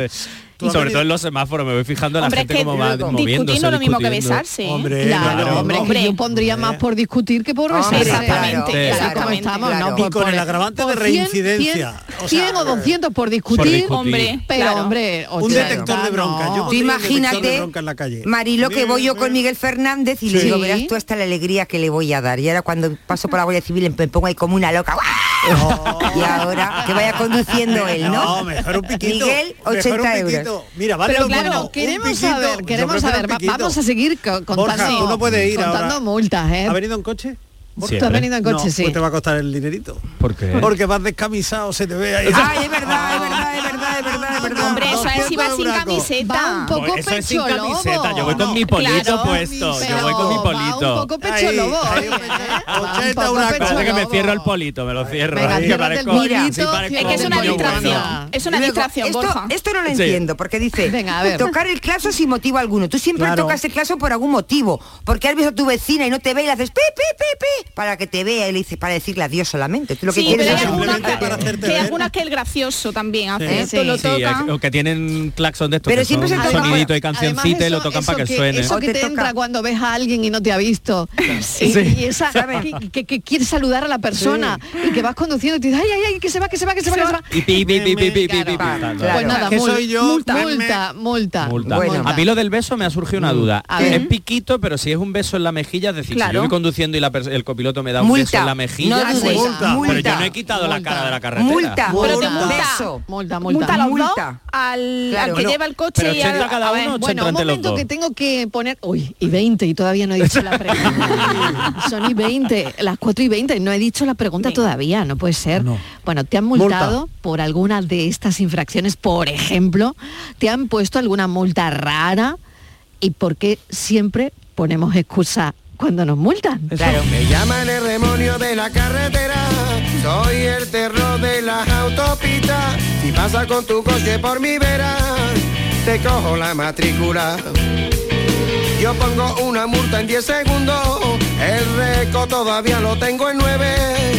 [SPEAKER 21] Totalmente. Sobre todo en los semáforos me voy fijando en la
[SPEAKER 22] Hombre,
[SPEAKER 21] gente
[SPEAKER 22] es que
[SPEAKER 21] cómo va
[SPEAKER 22] luego-
[SPEAKER 21] moviéndose.
[SPEAKER 22] discutir no es lo mismo que
[SPEAKER 21] discutiendo.
[SPEAKER 22] besarse, ¿eh? Hombre,
[SPEAKER 7] Claro,
[SPEAKER 21] claro.
[SPEAKER 7] hombre, que yo pondría más por discutir que por besar.
[SPEAKER 22] Exactamente,
[SPEAKER 7] Claro,
[SPEAKER 22] exactamente,
[SPEAKER 7] como estamos,
[SPEAKER 22] claro.
[SPEAKER 7] ¿no?
[SPEAKER 18] Y con el agravante de
[SPEAKER 7] 100,
[SPEAKER 18] reincidencia.
[SPEAKER 7] 100 o, 200 por discutir,
[SPEAKER 21] discutir. Hombre,
[SPEAKER 7] pero
[SPEAKER 22] claro.
[SPEAKER 7] hombre,
[SPEAKER 18] Un detector de bronca. Yo
[SPEAKER 17] Tú
[SPEAKER 18] pondría un detector de
[SPEAKER 17] imagínate,
[SPEAKER 18] bronca en la calle.
[SPEAKER 17] Marilo, que voy yo con Miguel Fernández y le
[SPEAKER 7] Sí.
[SPEAKER 17] digo, verás tú hasta la alegría que le voy a dar. Y ahora cuando paso por la Guardia Civil em, me pongo ahí como una loca. Y ahora que vaya conduciendo él, ¿no?
[SPEAKER 18] Oh. No, mejor un piquito.
[SPEAKER 17] Miguel,
[SPEAKER 18] mejor un
[SPEAKER 17] 80 euros.
[SPEAKER 18] piquito. Mira, vale
[SPEAKER 7] Pero
[SPEAKER 18] lo
[SPEAKER 7] claro,
[SPEAKER 18] mismo, un
[SPEAKER 7] queremos
[SPEAKER 18] piquito.
[SPEAKER 7] saber,
[SPEAKER 18] Yo
[SPEAKER 7] queremos
[SPEAKER 18] prefiero
[SPEAKER 7] saber,
[SPEAKER 18] un
[SPEAKER 7] va-
[SPEAKER 18] piquito.
[SPEAKER 7] vamos a seguir co- contando,
[SPEAKER 18] Borja, tú no puedes ir
[SPEAKER 7] contando
[SPEAKER 18] ahora.
[SPEAKER 7] multas, ¿eh?
[SPEAKER 18] ¿Ha venido en coche?
[SPEAKER 7] Tú has venido en coche,
[SPEAKER 18] no,
[SPEAKER 7] sí.
[SPEAKER 18] Pues te va a costar el dinerito.
[SPEAKER 21] ¿Por qué?
[SPEAKER 18] Porque vas descamisado, se te ve ahí.
[SPEAKER 17] Ay, es verdad, es verdad, es verdad, es verdad, es verdad.
[SPEAKER 22] Hombre, eso es si vas sin
[SPEAKER 7] Va un
[SPEAKER 22] camiseta.
[SPEAKER 7] poco
[SPEAKER 21] Eso es sin
[SPEAKER 7] pecho
[SPEAKER 21] camiseta,
[SPEAKER 7] lobo.
[SPEAKER 21] yo voy con mi polito
[SPEAKER 22] Claro,
[SPEAKER 21] puesto, yo voy con mi
[SPEAKER 7] Pero va
[SPEAKER 21] polito.
[SPEAKER 7] un poco pecho
[SPEAKER 18] Ahí,
[SPEAKER 7] lobo.
[SPEAKER 18] ahí,
[SPEAKER 7] ¿eh?
[SPEAKER 18] un pecho-
[SPEAKER 7] Va un
[SPEAKER 18] 80
[SPEAKER 7] poco
[SPEAKER 18] una
[SPEAKER 7] pecho
[SPEAKER 21] Parece que me
[SPEAKER 7] lobo.
[SPEAKER 21] cierro el polito, me lo cierro.
[SPEAKER 7] Venga,
[SPEAKER 21] que
[SPEAKER 7] ciérrate el
[SPEAKER 21] parezco-
[SPEAKER 7] polito,
[SPEAKER 21] sí, parezco
[SPEAKER 22] Es que es
[SPEAKER 21] un
[SPEAKER 22] una
[SPEAKER 21] niño bueno.
[SPEAKER 22] distracción. Es una
[SPEAKER 17] Luego,
[SPEAKER 22] distracción,
[SPEAKER 17] esto,
[SPEAKER 22] Borja.
[SPEAKER 17] esto no lo
[SPEAKER 21] Sí.
[SPEAKER 17] entiendo, porque dice,
[SPEAKER 7] Venga, a ver.
[SPEAKER 17] tocar el claxon sin motivo alguno. Tú siempre
[SPEAKER 18] Claro.
[SPEAKER 17] tocas el claxon por algún motivo, porque has visto a tu vecina y no te ve y le haces pi, pi, pi, pi. para que te vea y le dice para decirle adiós solamente. Tú lo que
[SPEAKER 22] Sí,
[SPEAKER 17] quieres
[SPEAKER 22] pero hay
[SPEAKER 17] es-
[SPEAKER 22] algunas que, que hay algunas que el gracioso también hace. Esto lo
[SPEAKER 21] Sí,
[SPEAKER 22] toca.
[SPEAKER 21] hay- o que tienen claxon de estos
[SPEAKER 17] Pero
[SPEAKER 21] que
[SPEAKER 17] siempre
[SPEAKER 21] son
[SPEAKER 17] se toca-
[SPEAKER 21] sonidito y
[SPEAKER 7] Además,
[SPEAKER 21] cancioncita y
[SPEAKER 7] eso-
[SPEAKER 21] lo tocan
[SPEAKER 7] eso
[SPEAKER 21] para que,
[SPEAKER 7] que,
[SPEAKER 21] suene.
[SPEAKER 7] Eso que te, entra cuando ves a alguien y no te ha visto. Y,
[SPEAKER 21] Sí.
[SPEAKER 7] y esa que, que- que quieres saludar a la persona y que vas conduciendo y te dices, ay, ay, ay, que se va, que se va, que se va, que se va.
[SPEAKER 21] Y pi, pi, pi, pi, pi, pi, pi, tal, tal.
[SPEAKER 7] Pues nada,
[SPEAKER 18] Que
[SPEAKER 7] mul-
[SPEAKER 18] soy yo,
[SPEAKER 7] multa,
[SPEAKER 18] verme-
[SPEAKER 7] multa, multa,
[SPEAKER 21] Multa.
[SPEAKER 7] multa.
[SPEAKER 21] A mí lo del beso me ha surgido una duda.
[SPEAKER 7] A
[SPEAKER 21] Es
[SPEAKER 7] ver.
[SPEAKER 21] piquito, pero si es un beso en la mejilla, es decir, si
[SPEAKER 7] Claro.
[SPEAKER 21] yo voy conduciendo y la pers- el copiloto me da un
[SPEAKER 17] Multa.
[SPEAKER 21] beso en la mejilla, pues
[SPEAKER 17] No dudes. Multa.
[SPEAKER 21] pero
[SPEAKER 17] Multa.
[SPEAKER 21] yo no he quitado la cara de la carretera.
[SPEAKER 17] multa,
[SPEAKER 21] Pero te-
[SPEAKER 17] multa,
[SPEAKER 7] Beso. multa, multa,
[SPEAKER 22] multa a los dos,
[SPEAKER 17] Multa.
[SPEAKER 22] al, al
[SPEAKER 21] Claro.
[SPEAKER 22] que
[SPEAKER 21] Bueno,
[SPEAKER 22] lleva el coche
[SPEAKER 21] pero
[SPEAKER 22] y al
[SPEAKER 21] 80 cada
[SPEAKER 22] a ver,
[SPEAKER 21] uno,
[SPEAKER 7] Bueno, un
[SPEAKER 21] 80 entre los
[SPEAKER 7] momento
[SPEAKER 21] dos.
[SPEAKER 7] que tengo que poner... Uy, y 20, y todavía no he dicho la pregunta. Son y 20, las 4 y 20, no he dicho la pregunta todavía, no puede ser. Bueno, ¿te han multado por alguna de estas infracciones? Por ejemplo, ¿te han puesto alguna multa rara? ¿Y por qué siempre ponemos excusa cuando nos multan?
[SPEAKER 23] Me llaman el demonio de la carretera, soy el terror de las autopistas. Si pasa con tu coche por mi vera, te cojo la matrícula. Yo pongo una multa en 10 segundos, el récord todavía lo tengo en 9.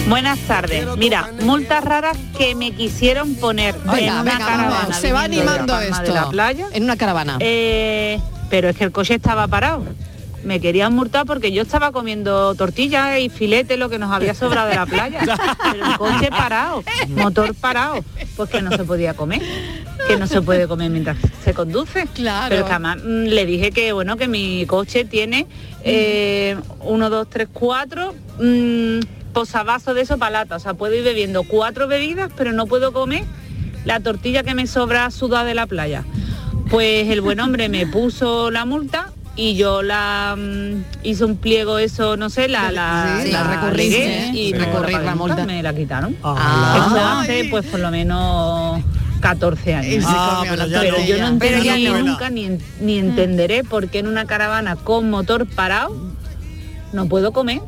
[SPEAKER 24] Buenas tardes. Mira, multas raras que me quisieron poner en
[SPEAKER 7] Venga,
[SPEAKER 24] una
[SPEAKER 7] venga, vamos,
[SPEAKER 24] caravana.
[SPEAKER 7] se va
[SPEAKER 24] viniendo de
[SPEAKER 7] animando
[SPEAKER 24] La Palma de
[SPEAKER 7] esto.
[SPEAKER 24] la playa.
[SPEAKER 7] En una caravana.
[SPEAKER 24] Eh, pero es que el coche estaba parado. Me querían multar porque yo estaba comiendo tortillas y filete, lo que nos había sobrado de la playa. Pero el coche parado, motor parado, pues que no se podía comer. Que no se puede comer mientras se conduce. Claro. Pero es que además mm, le dije que bueno, que mi coche tiene eh, 1, 2, 3, 4 mm, posavasos de eso palata. O sea, puedo ir bebiendo cuatro bebidas, pero no puedo comer la tortilla que me sobra sudada de la playa. Pues el buen hombre me puso la multa y yo la mm, hice un pliego eso, no sé, la la,
[SPEAKER 7] Sí, la recurriste,
[SPEAKER 24] regué
[SPEAKER 7] ¿eh?
[SPEAKER 24] y no
[SPEAKER 7] Recurrir
[SPEAKER 24] puedo
[SPEAKER 7] la
[SPEAKER 24] pagar
[SPEAKER 7] multa.
[SPEAKER 24] me la quitaron. Eso hace pues por lo menos 14 años.
[SPEAKER 7] Ese Ah, comió
[SPEAKER 24] pero
[SPEAKER 7] la pero tortilla.
[SPEAKER 24] yo no
[SPEAKER 7] Pero ya
[SPEAKER 24] entendí
[SPEAKER 7] no.
[SPEAKER 24] nunca ni, en- ni entenderé
[SPEAKER 7] Mm.
[SPEAKER 24] por qué en una caravana con motor parado no puedo comer.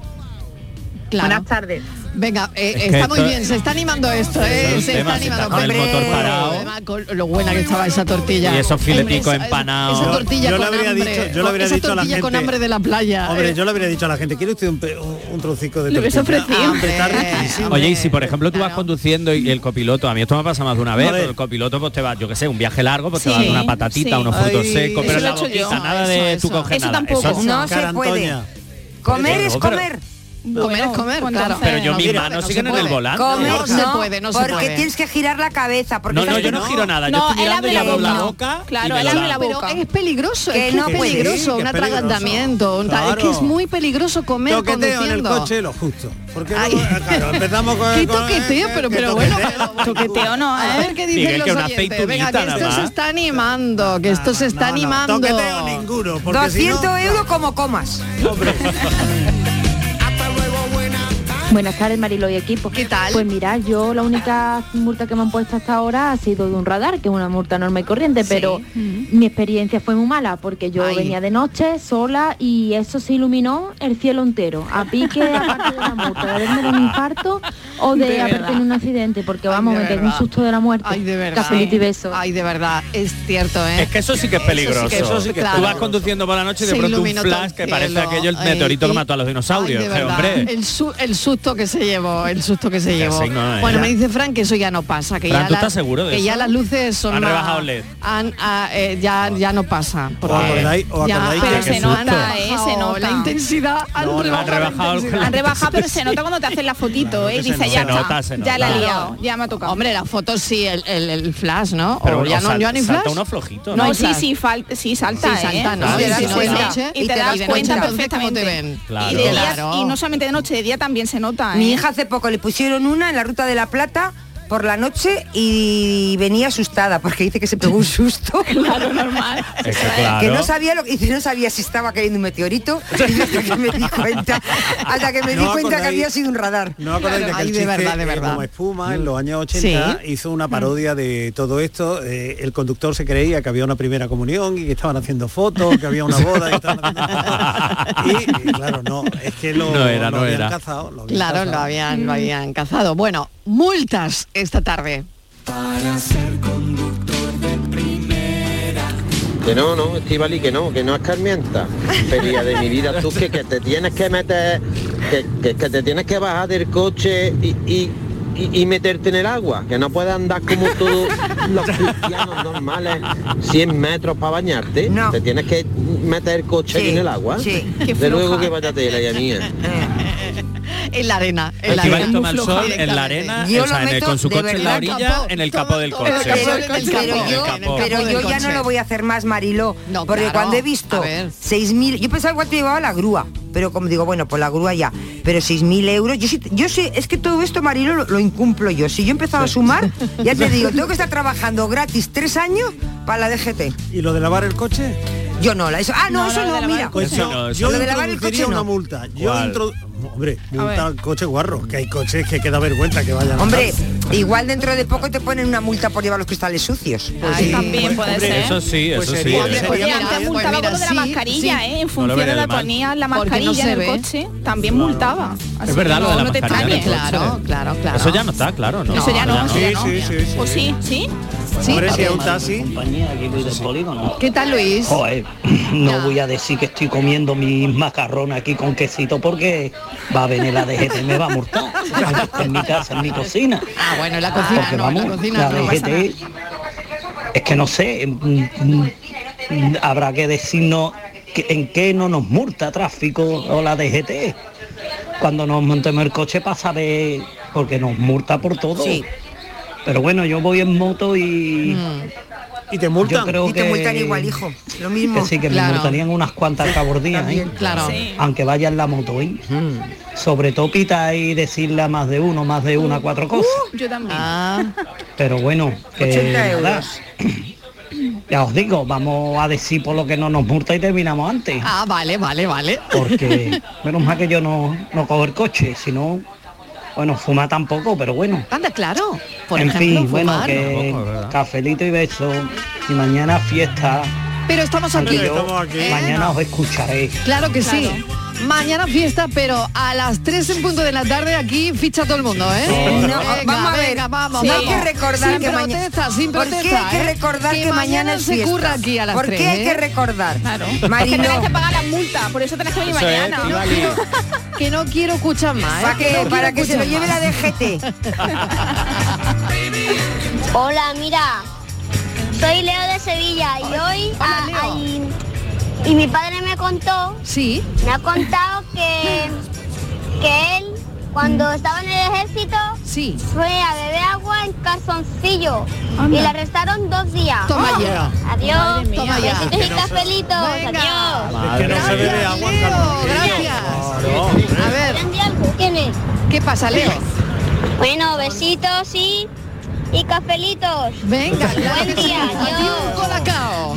[SPEAKER 7] Claro.
[SPEAKER 24] Buenas tardes.
[SPEAKER 7] Venga, eh,
[SPEAKER 24] Es que
[SPEAKER 7] está muy
[SPEAKER 24] esto-
[SPEAKER 7] bien, se está animando esto, eh,
[SPEAKER 24] es un
[SPEAKER 7] se
[SPEAKER 24] tema,
[SPEAKER 7] está
[SPEAKER 24] si
[SPEAKER 7] animando.
[SPEAKER 24] está con el
[SPEAKER 7] Hombre,
[SPEAKER 24] motor
[SPEAKER 21] parado.
[SPEAKER 7] además, con lo buena que estaba esa tortilla.
[SPEAKER 21] Y esos fileticos
[SPEAKER 7] Hombre, esa-
[SPEAKER 21] empanados.
[SPEAKER 7] Esa,
[SPEAKER 21] Yo-
[SPEAKER 7] tortilla
[SPEAKER 18] yo le
[SPEAKER 7] con
[SPEAKER 18] habría
[SPEAKER 7] hambre.
[SPEAKER 18] dicho- yo le habría
[SPEAKER 7] esa
[SPEAKER 18] dicho a la
[SPEAKER 7] tortilla con
[SPEAKER 18] gente-
[SPEAKER 7] hambre de la playa.
[SPEAKER 18] Hombre,
[SPEAKER 7] eh.
[SPEAKER 18] yo le habría dicho a la gente, ¿quiere usted un, pe- un- un trocico de
[SPEAKER 7] Le hubiese
[SPEAKER 18] tortilla? Ah,
[SPEAKER 7] ofrecido.
[SPEAKER 18] Hombre, está riquísimo.
[SPEAKER 21] Oye, y si por ejemplo tú vas conduciendo y el copiloto, a mí esto me pasa más de una vez,
[SPEAKER 18] A ver.
[SPEAKER 21] pero el copiloto pues te va, yo qué sé, un viaje largo, pues
[SPEAKER 17] Sí,
[SPEAKER 21] te va a dar una patatita,
[SPEAKER 17] sí.
[SPEAKER 21] unos frutos
[SPEAKER 17] Ay,
[SPEAKER 21] secos, pero
[SPEAKER 17] eso
[SPEAKER 21] la
[SPEAKER 17] lo he hecho
[SPEAKER 21] boquita,
[SPEAKER 17] yo.
[SPEAKER 21] nada
[SPEAKER 17] Eso,
[SPEAKER 21] de
[SPEAKER 17] eso.
[SPEAKER 21] tú coges
[SPEAKER 17] Eso
[SPEAKER 21] nada.
[SPEAKER 17] tampoco.
[SPEAKER 21] es-
[SPEAKER 17] No se
[SPEAKER 21] Cara
[SPEAKER 17] puede.
[SPEAKER 21] Antonia.
[SPEAKER 17] Comer
[SPEAKER 21] Pero
[SPEAKER 17] es
[SPEAKER 21] no, pero-
[SPEAKER 17] comer.
[SPEAKER 7] Comer es comer,
[SPEAKER 17] Bueno,
[SPEAKER 7] claro.
[SPEAKER 21] Pero yo mis
[SPEAKER 7] mira,
[SPEAKER 21] manos
[SPEAKER 7] no
[SPEAKER 21] siguen
[SPEAKER 7] se
[SPEAKER 21] en el
[SPEAKER 7] puede.
[SPEAKER 21] volante.
[SPEAKER 17] Comer
[SPEAKER 7] No, se puede, no se
[SPEAKER 17] porque
[SPEAKER 7] puede.
[SPEAKER 17] tienes que girar la cabeza. Porque
[SPEAKER 21] No, no,
[SPEAKER 17] estás-
[SPEAKER 21] yo no giro nada, yo estoy mirando y abro la boca. y me lo dan.
[SPEAKER 7] Pero es peligroso,
[SPEAKER 17] Que
[SPEAKER 7] es, que
[SPEAKER 17] no
[SPEAKER 7] es
[SPEAKER 17] puede.
[SPEAKER 7] peligroso,
[SPEAKER 18] Sí, que
[SPEAKER 7] un
[SPEAKER 18] es peligroso.
[SPEAKER 7] atragantamiento, un tal- es que es
[SPEAKER 18] Claro.
[SPEAKER 7] muy peligroso comer
[SPEAKER 18] Toqueteo en el
[SPEAKER 7] conduciendo.
[SPEAKER 18] coche, lo justo. Porque luego, Eh, claro, empezamos con...
[SPEAKER 7] ¿Qué
[SPEAKER 18] con-
[SPEAKER 7] toqueteo?
[SPEAKER 18] eh,
[SPEAKER 7] Pero,
[SPEAKER 18] que
[SPEAKER 7] pero
[SPEAKER 18] toqueteo.
[SPEAKER 7] bueno, toqueteo no, a
[SPEAKER 17] ¿eh?
[SPEAKER 7] ver qué dicen
[SPEAKER 18] Miguel, que
[SPEAKER 7] los
[SPEAKER 18] una
[SPEAKER 7] oyentes. Venga, que
[SPEAKER 18] aceitunita
[SPEAKER 7] esto
[SPEAKER 18] nada
[SPEAKER 7] se
[SPEAKER 18] más.
[SPEAKER 7] está animando, que esto se está animando.
[SPEAKER 18] Toqueteo ninguno, porque si no-
[SPEAKER 17] 200 euros como comas.
[SPEAKER 6] Buenas tardes, Marilo y equipo. ¿Qué tal? Pues mira, yo la única multa que me han puesto hasta ahora ha sido de un radar, que es una multa normal y corriente, pero mi experiencia fue muy mala porque yo
[SPEAKER 19] Ay.
[SPEAKER 6] venía de noche sola y eso se iluminó el cielo entero. A pique, aparte de la multa, de haberme dado un infarto o de,
[SPEAKER 7] De
[SPEAKER 6] haber
[SPEAKER 7] verdad.
[SPEAKER 6] tenido un accidente, porque vamos,
[SPEAKER 7] de
[SPEAKER 6] me pegué un
[SPEAKER 7] verdad.
[SPEAKER 6] susto de la muerte.
[SPEAKER 7] Ay, de verdad.
[SPEAKER 6] Cafelito y besos.
[SPEAKER 7] Ay, de verdad, es cierto, ¿eh?
[SPEAKER 21] Es que eso sí que es
[SPEAKER 7] Eso sí que-
[SPEAKER 21] peligroso.
[SPEAKER 7] eso sí que es
[SPEAKER 21] Tú vas
[SPEAKER 7] peligroso.
[SPEAKER 21] conduciendo por la noche y de
[SPEAKER 7] Se
[SPEAKER 21] pronto un
[SPEAKER 7] iluminó todo
[SPEAKER 21] flash
[SPEAKER 7] el
[SPEAKER 21] que parece
[SPEAKER 7] cielo.
[SPEAKER 21] aquello el
[SPEAKER 7] Ay,
[SPEAKER 21] meteorito
[SPEAKER 7] y-
[SPEAKER 21] que mató a los
[SPEAKER 7] Ay,
[SPEAKER 21] dinosaurios.
[SPEAKER 7] de
[SPEAKER 21] pero,
[SPEAKER 7] verdad,
[SPEAKER 21] hombre.
[SPEAKER 7] el, su- el susto que se llevó, el susto que se
[SPEAKER 21] Que
[SPEAKER 7] llevó.
[SPEAKER 21] sí, no, eh.
[SPEAKER 7] bueno,
[SPEAKER 21] Ya.
[SPEAKER 7] me dice Frank que eso ya no pasa, que
[SPEAKER 21] Fran,
[SPEAKER 7] ya
[SPEAKER 21] ¿tú
[SPEAKER 7] las-
[SPEAKER 21] estás seguro de
[SPEAKER 7] que ya
[SPEAKER 21] eso?
[SPEAKER 7] las luces son
[SPEAKER 21] Han
[SPEAKER 7] más-
[SPEAKER 21] rebajado LED.
[SPEAKER 7] han- ah, eh, ya ya no pasa. porque
[SPEAKER 21] acordáis- os
[SPEAKER 7] ya-
[SPEAKER 21] acordáis
[SPEAKER 7] pero
[SPEAKER 21] que- que
[SPEAKER 7] se
[SPEAKER 21] susto.
[SPEAKER 7] nota, eh, se
[SPEAKER 22] No,
[SPEAKER 7] nota. La intensidad han
[SPEAKER 21] No, no, han
[SPEAKER 7] rebajado. la
[SPEAKER 21] rebajado el-
[SPEAKER 7] intensidad.
[SPEAKER 22] Han rebajado, pero se nota cuando te hacen la fotito, ¿eh? Y
[SPEAKER 21] se
[SPEAKER 22] dice,
[SPEAKER 21] nota.
[SPEAKER 22] ya
[SPEAKER 21] Se
[SPEAKER 22] está,
[SPEAKER 21] nota, se
[SPEAKER 22] ya la he
[SPEAKER 7] nota.
[SPEAKER 22] liado, ya me ha tocado.
[SPEAKER 7] Hombre, la foto sí, el, el- el flash, ¿no?
[SPEAKER 21] Pero
[SPEAKER 7] o ya
[SPEAKER 21] o
[SPEAKER 7] no,
[SPEAKER 21] sal-
[SPEAKER 7] ya ni
[SPEAKER 21] salta
[SPEAKER 7] flash.
[SPEAKER 21] uno flojito, ¿no?
[SPEAKER 22] No,
[SPEAKER 21] Hay
[SPEAKER 22] sí,
[SPEAKER 21] flash.
[SPEAKER 22] sí, fal- sí, salta,
[SPEAKER 7] Sí, salta,
[SPEAKER 22] ¿eh?
[SPEAKER 7] ¿no?
[SPEAKER 22] Y te
[SPEAKER 7] Sí,
[SPEAKER 22] das
[SPEAKER 7] sí, de
[SPEAKER 22] cuenta,
[SPEAKER 7] noche,
[SPEAKER 22] y te das cuenta perfectamente.
[SPEAKER 21] Claro.
[SPEAKER 22] Y de día-
[SPEAKER 17] Claro.
[SPEAKER 22] y no solamente de noche, de día también se nota, ¿eh?
[SPEAKER 17] Mi hija hace poco le pusieron una en la ruta de la Plata por la noche y venía asustada porque dice que se pegó un susto.
[SPEAKER 22] Claro, normal.
[SPEAKER 21] Es que claro.
[SPEAKER 17] Que no sabía lo que dice, no sabía si estaba cayendo un meteorito y yo hasta que me di cuenta, hasta que me di
[SPEAKER 18] No
[SPEAKER 17] cuenta que
[SPEAKER 18] acordáis-
[SPEAKER 17] había sido un radar.
[SPEAKER 18] No acordáis de que el chiste, eh, Goma Espuma en los años 80 hizo una parodia de todo esto. eh, el conductor se creía que había una primera comunión y que estaban haciendo fotos, que había una boda y estaban haciendo fotos. Y, eh, claro, no, es que lo,
[SPEAKER 21] No era,
[SPEAKER 18] lo
[SPEAKER 21] no
[SPEAKER 18] habían
[SPEAKER 21] era.
[SPEAKER 18] cazado. lo habían
[SPEAKER 7] Claro,
[SPEAKER 18] cazado.
[SPEAKER 7] lo habían, lo habían cazado. Bueno, multas esta tarde.
[SPEAKER 20] Que no, no, Estivali, que no, que no es carmienta. Feria de mi vida, tú que, que te tienes que meter
[SPEAKER 2] que, que- que te tienes que bajar del coche y, y- y- y meterte en el agua, que no puedes andar como todos los cristianos normales 100 metros para bañarte, te tienes que meter el coche
[SPEAKER 7] Sí,
[SPEAKER 2] en el agua.
[SPEAKER 7] sí. Qué
[SPEAKER 2] De luego
[SPEAKER 7] floja.
[SPEAKER 2] que vaya tela, ya mía.
[SPEAKER 7] En la arena.
[SPEAKER 2] Es
[SPEAKER 7] En la
[SPEAKER 2] que
[SPEAKER 7] arena.
[SPEAKER 2] va a tomar
[SPEAKER 7] Muy floja
[SPEAKER 2] sol en la
[SPEAKER 7] directamente.
[SPEAKER 2] arena, Yo o sea, lo en el- meto con su de coche en la verdad. orilla,
[SPEAKER 17] en
[SPEAKER 2] el capó del
[SPEAKER 17] Pero,
[SPEAKER 2] coche.
[SPEAKER 17] pero yo, pero yo ya no lo voy a hacer más, Mariló, porque claro. cuando he visto A ver. 6.000, yo pensaba igual te llevaba la grúa, pero como digo, bueno, pues la grúa ya, pero 6.000 euros, yo sí, yo sé, es que todo esto, Mariló, lo, lo incumplo yo, si yo empezaba a sumar, ya te digo, tengo que estar trabajando gratis tres años para la DGT.
[SPEAKER 18] ¿Y lo de lavar el coche?
[SPEAKER 17] Yo no, la, eso, ah, no,
[SPEAKER 18] No,
[SPEAKER 17] eso
[SPEAKER 18] lo de
[SPEAKER 17] no,
[SPEAKER 18] lavar
[SPEAKER 17] mira,
[SPEAKER 18] el coche no. Yo
[SPEAKER 17] lo de lavar el coche
[SPEAKER 18] introduciría
[SPEAKER 17] no.
[SPEAKER 18] una multa. Yo
[SPEAKER 17] ¿Cuál?
[SPEAKER 18] introdu- Hombre,
[SPEAKER 17] ver.
[SPEAKER 18] multa al coche guarro, que hay coches que queda vergüenza que vayan. a
[SPEAKER 17] Hombre,
[SPEAKER 18] andar.
[SPEAKER 17] igual dentro de poco te ponen una multa por llevar los cristales sucios.
[SPEAKER 22] también puede ser.
[SPEAKER 18] Eso
[SPEAKER 21] sí, eso
[SPEAKER 18] Pues
[SPEAKER 21] sí.
[SPEAKER 18] sería-
[SPEAKER 21] ¿eh?
[SPEAKER 22] Oye,
[SPEAKER 17] Pues
[SPEAKER 22] antes
[SPEAKER 17] mira,
[SPEAKER 22] multaba
[SPEAKER 17] pues
[SPEAKER 22] con lo de la
[SPEAKER 17] mira, sí,
[SPEAKER 22] mascarilla,
[SPEAKER 17] sí.
[SPEAKER 22] ¿eh? En
[SPEAKER 21] No lo
[SPEAKER 22] función de
[SPEAKER 21] veré
[SPEAKER 22] la
[SPEAKER 21] mal.
[SPEAKER 22] ponía la
[SPEAKER 7] Porque no
[SPEAKER 22] mascarilla
[SPEAKER 7] se
[SPEAKER 22] en
[SPEAKER 7] ve.
[SPEAKER 22] el coche, también multaba. Así
[SPEAKER 21] Es verdad
[SPEAKER 22] que
[SPEAKER 21] lo de
[SPEAKER 22] no-
[SPEAKER 21] la
[SPEAKER 22] no te
[SPEAKER 21] mascarilla. en el
[SPEAKER 22] extrañes.
[SPEAKER 21] coche. Eso ya no está, claro, ¿no? Pues,
[SPEAKER 22] Eso ya no, eso ya no.
[SPEAKER 21] Sí, sí, sí.
[SPEAKER 22] ¿O sí? ¿Sí?
[SPEAKER 21] Hombre, si es un
[SPEAKER 18] taxi.
[SPEAKER 25] Compañía, aquí voy del polígono.
[SPEAKER 7] ¿Qué tal, Luis?
[SPEAKER 25] Joder, no voy a decir que estoy comiendo mis macarrones aquí con quesito porque va a venir la DGT y me va a multar. En mi casa, en mi cocina.
[SPEAKER 7] Ah, bueno, en la cocina,
[SPEAKER 25] Porque
[SPEAKER 7] no, en la
[SPEAKER 25] vamos,
[SPEAKER 7] cocina
[SPEAKER 25] la
[SPEAKER 7] no pasa
[SPEAKER 25] DGT, es que no sé, mm, mm, mm, habrá que decirnos que- en qué no nos multa tráfico o la DGT. Cuando nos montemos el coche para saber, porque nos multa por todo. Pero bueno, yo voy en moto y...
[SPEAKER 18] Mm. Y te
[SPEAKER 25] multan.
[SPEAKER 17] Y te multan igual, hijo. Lo mismo.
[SPEAKER 25] Que sí, que me multarían unas cuantas cabordías, ¿eh?
[SPEAKER 17] Claro. Mm. Sí.
[SPEAKER 25] Aunque vaya en la moto, ¿eh? Sobre todo pita y decirle a más de uno, más de una, cuatro cosas.
[SPEAKER 17] Uh.
[SPEAKER 7] Uh,
[SPEAKER 22] Yo también.
[SPEAKER 7] Ah,
[SPEAKER 25] Pero bueno, que
[SPEAKER 22] 80 euros.
[SPEAKER 25] nada, ya os digo, vamos a decir por lo que no nos multa y terminamos antes.
[SPEAKER 7] Ah, vale, vale, vale.
[SPEAKER 25] Porque menos mal que yo no, no cojo el coche, sino, bueno, fuma tampoco, pero bueno.
[SPEAKER 7] Anda, claro. Por
[SPEAKER 25] en
[SPEAKER 7] ejemplo,
[SPEAKER 25] fin, bueno,
[SPEAKER 7] fumar.
[SPEAKER 25] que cafelito y beso. Y mañana fiesta.
[SPEAKER 7] Pero estamos aquí.
[SPEAKER 25] Aunque yo
[SPEAKER 7] ¿eh?
[SPEAKER 25] Mañana os escucharé.
[SPEAKER 7] Claro que sí. Mañana fiesta, pero a las 3 en punto de la tarde aquí ficha todo el mundo, ¿eh?
[SPEAKER 17] Sí, no,
[SPEAKER 7] Venga,
[SPEAKER 17] vamos a ver.
[SPEAKER 7] venga, vamos,
[SPEAKER 17] Sí.
[SPEAKER 7] vamos.
[SPEAKER 17] Hay que recordar
[SPEAKER 7] sin
[SPEAKER 17] que maña-
[SPEAKER 7] protesta, sin
[SPEAKER 17] ¿Por qué
[SPEAKER 7] protesta.
[SPEAKER 17] hay que
[SPEAKER 7] ¿eh?
[SPEAKER 17] recordar que mañana es
[SPEAKER 7] se
[SPEAKER 17] fiesta?
[SPEAKER 7] curra aquí a las ¿eh?
[SPEAKER 17] ¿Por qué
[SPEAKER 7] 3?
[SPEAKER 17] hay que recordar?
[SPEAKER 22] ¿eh? Claro.
[SPEAKER 17] Marino.
[SPEAKER 22] Es que tenés que pagar la multa, por eso tenés que venir
[SPEAKER 17] Eso es,
[SPEAKER 22] mañana.
[SPEAKER 17] Estivali.
[SPEAKER 7] Que no quiero escuchar más. ¿eh?
[SPEAKER 17] Para
[SPEAKER 7] no
[SPEAKER 17] que,
[SPEAKER 7] quiero
[SPEAKER 17] para que se lo
[SPEAKER 7] escuchar
[SPEAKER 17] lleve
[SPEAKER 7] más.
[SPEAKER 17] la DGT.
[SPEAKER 26] Hola, mira, soy Leo de Sevilla y hoy a- ay, y mi padre me contó,
[SPEAKER 7] sí,
[SPEAKER 26] me ha contado que que él
[SPEAKER 7] Mm.
[SPEAKER 26] cuando estaba en el ejército fue a beber agua en calzoncillo
[SPEAKER 7] Anda.
[SPEAKER 26] y le arrestaron dos días.
[SPEAKER 7] Toma
[SPEAKER 26] ¡Oh!
[SPEAKER 7] ya.
[SPEAKER 26] Adiós.
[SPEAKER 7] Toma ya.
[SPEAKER 26] Besitos y cafelitos. Adiós.
[SPEAKER 18] que no se bebe agua en
[SPEAKER 26] gracias. A ver. ¿Quién es?
[SPEAKER 7] ¿Qué pasa, Leo?
[SPEAKER 26] Bueno, besitos y, y cafelitos.
[SPEAKER 7] Venga,
[SPEAKER 26] buen día. Adiós.
[SPEAKER 7] Colacao.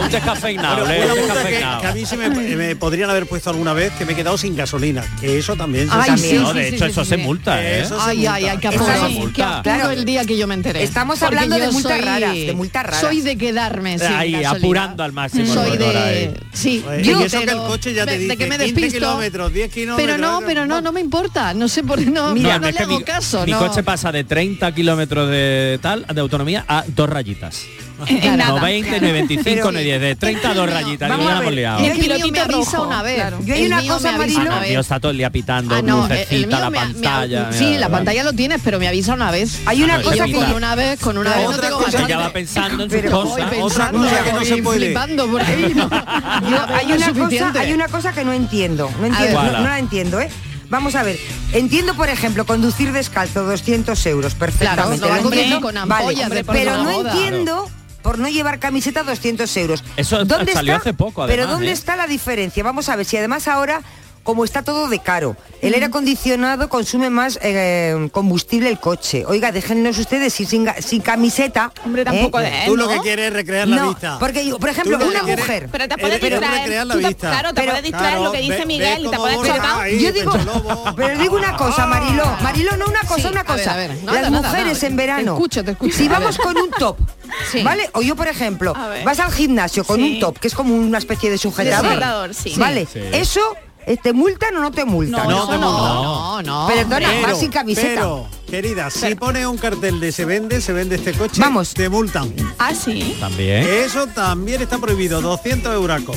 [SPEAKER 21] Un descafeinado,
[SPEAKER 18] Pero
[SPEAKER 21] Leo,
[SPEAKER 18] una
[SPEAKER 21] un
[SPEAKER 18] multa que,
[SPEAKER 21] descafeinado.
[SPEAKER 18] que a mí se me, me podrían haber puesto alguna vez que me he quedado sin gasolina, que eso también se
[SPEAKER 17] Ay,
[SPEAKER 18] sabe.
[SPEAKER 17] sí,
[SPEAKER 21] No, de hecho, eso se multa, ¿eh?
[SPEAKER 18] Eso se
[SPEAKER 7] Ay, ay, ay, qué
[SPEAKER 18] Eso
[SPEAKER 7] apuro,
[SPEAKER 18] se
[SPEAKER 7] qué
[SPEAKER 18] multa.
[SPEAKER 7] apuro el día que yo me enteré.
[SPEAKER 17] Estamos
[SPEAKER 7] Porque
[SPEAKER 17] hablando de
[SPEAKER 7] yo
[SPEAKER 17] multas
[SPEAKER 7] soy-
[SPEAKER 17] raras, de multas raras.
[SPEAKER 7] Soy de quedarme sin
[SPEAKER 21] Ahí,
[SPEAKER 7] gasolina.
[SPEAKER 21] apurando al máximo. el
[SPEAKER 7] Soy
[SPEAKER 21] motor
[SPEAKER 7] de...
[SPEAKER 21] ahí.
[SPEAKER 7] Sí,
[SPEAKER 18] Eh, y eso que el coche ya te
[SPEAKER 7] de- de
[SPEAKER 18] dice,
[SPEAKER 7] que me
[SPEAKER 18] 15
[SPEAKER 7] despisto.
[SPEAKER 18] kilómetros, 10
[SPEAKER 7] Pero
[SPEAKER 18] kilómetros,
[SPEAKER 7] no, pero no, no me importa. No sé por qué no, no,
[SPEAKER 21] no, es
[SPEAKER 7] le
[SPEAKER 21] que
[SPEAKER 7] hago
[SPEAKER 21] mi,
[SPEAKER 7] caso.
[SPEAKER 21] mi
[SPEAKER 7] no.
[SPEAKER 21] coche pasa de 30 kilómetros de tal de autonomía a dos rayitas.
[SPEAKER 7] En
[SPEAKER 21] no
[SPEAKER 7] Eh, nada,
[SPEAKER 21] 20,
[SPEAKER 7] claro.
[SPEAKER 21] no 25,
[SPEAKER 7] Pero-
[SPEAKER 21] no 10, de 30 a dos rayitas. Digo,
[SPEAKER 7] Vamos
[SPEAKER 21] ya
[SPEAKER 7] a
[SPEAKER 21] la hemos
[SPEAKER 7] ver,
[SPEAKER 21] liado.
[SPEAKER 7] El pilotito me avisa una vez.
[SPEAKER 17] Yo hay
[SPEAKER 7] El
[SPEAKER 17] una
[SPEAKER 7] mío
[SPEAKER 17] cosa,
[SPEAKER 7] me avisa
[SPEAKER 21] Ah,
[SPEAKER 7] una
[SPEAKER 21] no,
[SPEAKER 7] vez.
[SPEAKER 21] tío, está todo el día pitando,
[SPEAKER 7] Ah, no, el- el mío
[SPEAKER 21] lucecita, la
[SPEAKER 7] me- me-
[SPEAKER 21] pantalla.
[SPEAKER 7] sí,
[SPEAKER 21] mira,
[SPEAKER 7] la
[SPEAKER 21] ¿verdad?
[SPEAKER 7] pantalla lo tienes, pero me avisa una vez. Ah,
[SPEAKER 21] Hay una cosa
[SPEAKER 7] Yo
[SPEAKER 21] que-
[SPEAKER 7] con una vez, con una
[SPEAKER 21] Pero
[SPEAKER 7] vez no
[SPEAKER 21] otra
[SPEAKER 7] tengo
[SPEAKER 21] cosa
[SPEAKER 7] bastante.
[SPEAKER 21] que ya va pensando en sus
[SPEAKER 7] Pero voy
[SPEAKER 21] cosas.
[SPEAKER 7] pensando,
[SPEAKER 21] Otra cosa que no
[SPEAKER 7] voy
[SPEAKER 21] se puede.
[SPEAKER 7] flipando por ahí, no.
[SPEAKER 17] Yo-
[SPEAKER 7] Una vez
[SPEAKER 17] hay,
[SPEAKER 7] no es
[SPEAKER 17] una cosa,
[SPEAKER 7] suficiente.
[SPEAKER 17] hay una cosa que no entiendo, no entiendo,
[SPEAKER 21] ver.
[SPEAKER 17] no, no la entiendo, ¿eh? Vamos a ver, entiendo por ejemplo conducir descalzo 200 euros perfectamente,
[SPEAKER 7] Claro,
[SPEAKER 17] lo
[SPEAKER 7] hombre,
[SPEAKER 17] entiendo,
[SPEAKER 7] con
[SPEAKER 17] vale,
[SPEAKER 7] ampollas de por
[SPEAKER 17] pero
[SPEAKER 7] una
[SPEAKER 17] no
[SPEAKER 7] boda.
[SPEAKER 17] entiendo por no llevar camiseta 200 euros.
[SPEAKER 21] Eso salió hace poco, además,
[SPEAKER 17] Pero dónde
[SPEAKER 21] ¿eh?
[SPEAKER 17] está la diferencia? Vamos a ver si además ahora como está todo de caro, el aire acondicionado consume más eh, combustible el coche. Oiga, déjennos ustedes ir sin, ga- sin camiseta. Hombre,
[SPEAKER 18] tampoco de- Tú lo que quieres es ¿eh? recrear la vista.
[SPEAKER 17] ¿Eh? Porque digo, por
[SPEAKER 18] Tú
[SPEAKER 17] ejemplo,
[SPEAKER 18] lo que
[SPEAKER 17] una
[SPEAKER 18] quieres-
[SPEAKER 17] mujer.
[SPEAKER 18] Pero te puedes
[SPEAKER 17] Pero-
[SPEAKER 18] distraer, recrear la tú te- vista. claro, te puedes distraer lo que dice Claro, ve- Miguel ve y te cómo puedes Ah. borra chapar. ahí,
[SPEAKER 17] Yo digo, pero os digo una cosa, Mariló. Mariló, no una cosa,
[SPEAKER 7] Sí,
[SPEAKER 17] una
[SPEAKER 7] a ver,
[SPEAKER 17] cosa.
[SPEAKER 7] a ver, nada,
[SPEAKER 17] Las
[SPEAKER 7] nada,
[SPEAKER 17] mujeres
[SPEAKER 7] nada.
[SPEAKER 17] en verano.
[SPEAKER 7] Te escucho, te escucho.
[SPEAKER 17] Si
[SPEAKER 7] A
[SPEAKER 17] vamos
[SPEAKER 7] ver.
[SPEAKER 17] con un top.
[SPEAKER 7] Sí.
[SPEAKER 17] ¿Vale? O yo, por ejemplo,
[SPEAKER 7] A ver.
[SPEAKER 17] vas al gimnasio con un
[SPEAKER 7] Sí.
[SPEAKER 17] top, que es como una especie de sujetador.
[SPEAKER 7] sujetador, sí.
[SPEAKER 17] ¿Vale?
[SPEAKER 7] Sí.
[SPEAKER 17] Eso, eh, ¿te multan o no te multan?
[SPEAKER 18] No, no,
[SPEAKER 7] no, no.
[SPEAKER 17] Perdona, vas sin camiseta.
[SPEAKER 18] Pero, querida, si pone un cartel de se vende, se vende este coche, te multan.
[SPEAKER 22] Ah, sí.
[SPEAKER 21] También.
[SPEAKER 18] Eso también está prohibido, 200 euracos.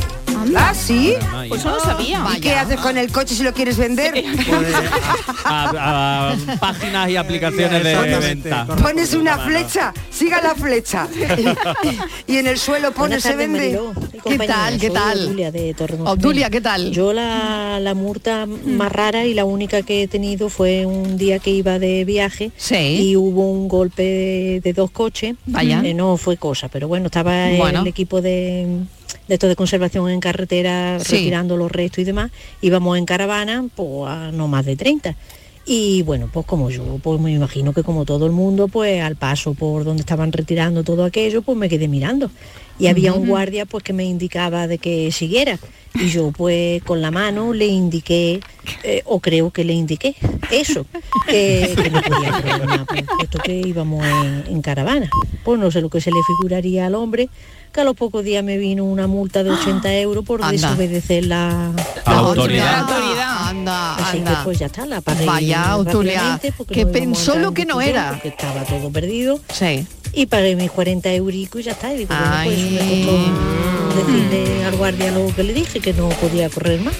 [SPEAKER 17] Ah, sí.
[SPEAKER 22] Pues no lo sabía.
[SPEAKER 17] ¿Y qué haces con el coche si lo quieres vender?
[SPEAKER 21] A, a páginas y aplicaciones de venta.
[SPEAKER 17] Pones una flecha, siga la flecha. Y, y en el suelo
[SPEAKER 27] Buenas
[SPEAKER 17] pones se
[SPEAKER 27] tardes,
[SPEAKER 17] vende.
[SPEAKER 27] Mariló. Soy
[SPEAKER 17] ¿Qué
[SPEAKER 27] compañera,
[SPEAKER 17] tal? ¿Qué
[SPEAKER 27] soy
[SPEAKER 17] tal? Oh,
[SPEAKER 27] Obdulia de Torremolinos.
[SPEAKER 17] Obdulia, ¿qué tal?
[SPEAKER 27] Yo la, la multa más rara y la única que he tenido fue un día que iba de viaje y hubo un golpe de, de dos coches.
[SPEAKER 28] Vaya.
[SPEAKER 27] Eh, no fue cosa, pero bueno, estaba
[SPEAKER 28] Bueno.
[SPEAKER 27] el equipo de de esto de conservación en carretera,
[SPEAKER 28] Sí.
[SPEAKER 27] retirando los restos y demás, íbamos en caravana pues, a no más de 30. Y bueno, pues como yo, pues me imagino que como todo el mundo, pues al paso por donde estaban retirando todo aquello, pues me quedé mirando. Y había un
[SPEAKER 28] Ujú.
[SPEAKER 27] guardia pues que me indicaba de que siguiera. Y yo pues con la mano le indiqué, eh, o creo que le indiqué, eso, que, que no podía hacer nada, pues, puesto que íbamos en, en caravana. Pues no sé lo que se le figuraría al hombre, que a los pocos días me vino una multa de 80 euros por
[SPEAKER 7] Anda.
[SPEAKER 27] desobedecer la,
[SPEAKER 21] la autoridad.
[SPEAKER 7] Anda, anda,
[SPEAKER 27] Así que,
[SPEAKER 7] anda.
[SPEAKER 27] pues ya está, la pagué
[SPEAKER 7] Vaya autoridad,
[SPEAKER 27] rápidamente porque
[SPEAKER 7] que
[SPEAKER 27] no íbamos
[SPEAKER 7] pensó
[SPEAKER 27] a entrar
[SPEAKER 7] lo
[SPEAKER 27] en
[SPEAKER 7] que no
[SPEAKER 27] discusión
[SPEAKER 7] era.
[SPEAKER 27] porque estaba todo perdido.
[SPEAKER 7] Sí.
[SPEAKER 27] Y pagué mis 40 euricos y ya está. Y digo, bueno, pues eso me costó decirle al guardia lo que le dije, que no podía correr más.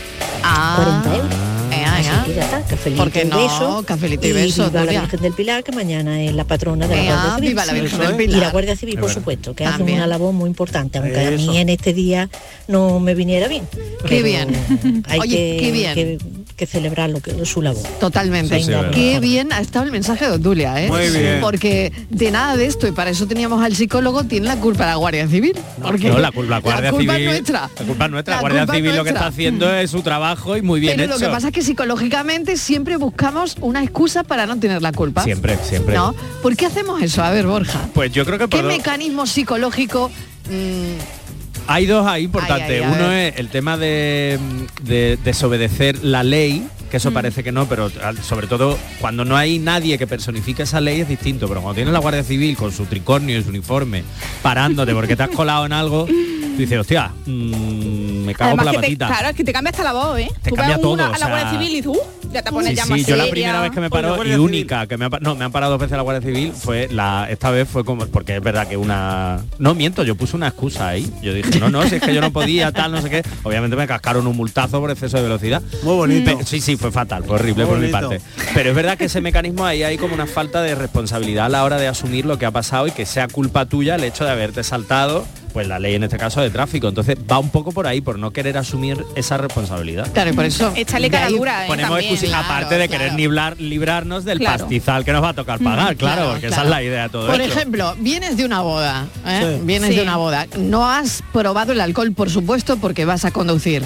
[SPEAKER 7] Ah.
[SPEAKER 27] 40 euros.
[SPEAKER 7] Eh,
[SPEAKER 27] Así que ya está, cafelito
[SPEAKER 7] Porque
[SPEAKER 27] y
[SPEAKER 7] ah. no,
[SPEAKER 27] beso.
[SPEAKER 7] cafelito y beso,
[SPEAKER 27] viva la
[SPEAKER 7] Nuria.
[SPEAKER 27] Virgen del Pilar, que mañana es la patrona de la
[SPEAKER 7] Ea,
[SPEAKER 27] Guardia Civil.
[SPEAKER 7] viva la Virgen
[SPEAKER 27] Eso
[SPEAKER 7] del
[SPEAKER 27] es. Y la
[SPEAKER 7] Pilar.
[SPEAKER 27] Guardia Civil,
[SPEAKER 7] Es
[SPEAKER 27] por
[SPEAKER 7] verdad.
[SPEAKER 27] supuesto, que hace
[SPEAKER 7] También.
[SPEAKER 27] una labor muy importante, aunque a
[SPEAKER 7] Eso.
[SPEAKER 27] mí en este día no me viniera bien.
[SPEAKER 7] Qué
[SPEAKER 27] Pero
[SPEAKER 7] bien.
[SPEAKER 27] Hay
[SPEAKER 7] Oye,
[SPEAKER 27] que,
[SPEAKER 7] qué bien.
[SPEAKER 27] que- que celebrar lo que, su labor.
[SPEAKER 7] Totalmente.
[SPEAKER 27] Sí, sí, verdad.
[SPEAKER 7] Qué bien ha estado el mensaje de Obdulia, ¿eh?
[SPEAKER 27] Muy bien.
[SPEAKER 7] Porque de nada de esto, y para eso teníamos al psicólogo, tiene la culpa la Guardia Civil. Porque
[SPEAKER 21] No, la, cul- la Guardia
[SPEAKER 7] culpa
[SPEAKER 21] Civil.
[SPEAKER 7] es nuestra.
[SPEAKER 21] La culpa es nuestra.
[SPEAKER 7] La
[SPEAKER 21] La Guardia
[SPEAKER 7] culpa es
[SPEAKER 21] Civil lo que
[SPEAKER 7] nuestra.
[SPEAKER 21] está haciendo es su trabajo y muy bien
[SPEAKER 7] Pero
[SPEAKER 21] hecho.
[SPEAKER 7] lo que pasa es que psicológicamente siempre buscamos una excusa para no tener la culpa.
[SPEAKER 21] Siempre, siempre.
[SPEAKER 7] ¿No? ¿Por qué hacemos eso? A ver, Borja.
[SPEAKER 21] Pues yo creo que
[SPEAKER 7] ¿Qué
[SPEAKER 21] por dos-
[SPEAKER 7] mecanismo psicológico mm,
[SPEAKER 21] hay dos ahí importantes.
[SPEAKER 7] Ay, ay, a
[SPEAKER 21] Uno
[SPEAKER 7] ver.
[SPEAKER 21] es el tema de, de desobedecer la ley,
[SPEAKER 7] Mm.
[SPEAKER 21] que eso parece que no, pero al- sobre todo cuando no hay nadie que personifique esa ley es distinto. Pero cuando tienes la Guardia Civil con su tricornio y su uniforme parándote porque te has colado en algo, tú dices, hostia, mm, me cago por la
[SPEAKER 22] que te,
[SPEAKER 21] patita.
[SPEAKER 22] claro, es que te cambia hasta la voz, ¿eh?
[SPEAKER 21] Te
[SPEAKER 22] Tú
[SPEAKER 21] cambia
[SPEAKER 22] vas una-
[SPEAKER 21] todo,
[SPEAKER 22] a
[SPEAKER 21] o
[SPEAKER 22] la
[SPEAKER 21] sea,
[SPEAKER 22] Guardia Civil y tú uh, ya te pones
[SPEAKER 21] Sí,
[SPEAKER 22] ya más
[SPEAKER 21] sí, yo la primera
[SPEAKER 22] seria.
[SPEAKER 21] vez que me
[SPEAKER 22] Pues la
[SPEAKER 21] paró
[SPEAKER 22] Guardia
[SPEAKER 21] y
[SPEAKER 22] Civil.
[SPEAKER 21] única que me ha, pa- no me han parado dos veces la Guardia Civil fue la esta vez fue como porque es verdad que una no miento yo puse una excusa ahí yo dije no no si es que yo no podía tal no sé qué obviamente me cascaron un multazo por exceso de velocidad muy bonito sí sí fue fatal fue horrible
[SPEAKER 18] Muy
[SPEAKER 21] por mi
[SPEAKER 18] bonito.
[SPEAKER 21] parte pero es verdad que ese mecanismo ahí hay como una falta de responsabilidad a la hora de asumir lo que ha pasado y que sea culpa tuya el hecho de haberte saltado pues la ley en este caso de tráfico entonces va un poco por ahí por no querer asumir esa responsabilidad
[SPEAKER 7] Claro, y Eh, por eso.
[SPEAKER 22] Échale
[SPEAKER 7] de
[SPEAKER 22] cara
[SPEAKER 7] ahí
[SPEAKER 22] dura, ¿eh?
[SPEAKER 21] ponemos
[SPEAKER 22] También.
[SPEAKER 21] excusa aparte de querer niblar- librarnos del
[SPEAKER 7] Claro.
[SPEAKER 21] pastizal que nos va a tocar pagar,
[SPEAKER 7] Mm,
[SPEAKER 21] claro,
[SPEAKER 7] claro,
[SPEAKER 21] porque esa
[SPEAKER 7] claro.
[SPEAKER 21] es la idea de todo
[SPEAKER 7] Por
[SPEAKER 21] esto.
[SPEAKER 7] ejemplo, vienes de una boda, ¿eh?
[SPEAKER 21] Sí.
[SPEAKER 7] vienes
[SPEAKER 21] Sí.
[SPEAKER 7] de una boda. No has probado el alcohol, por supuesto, porque vas a conducir.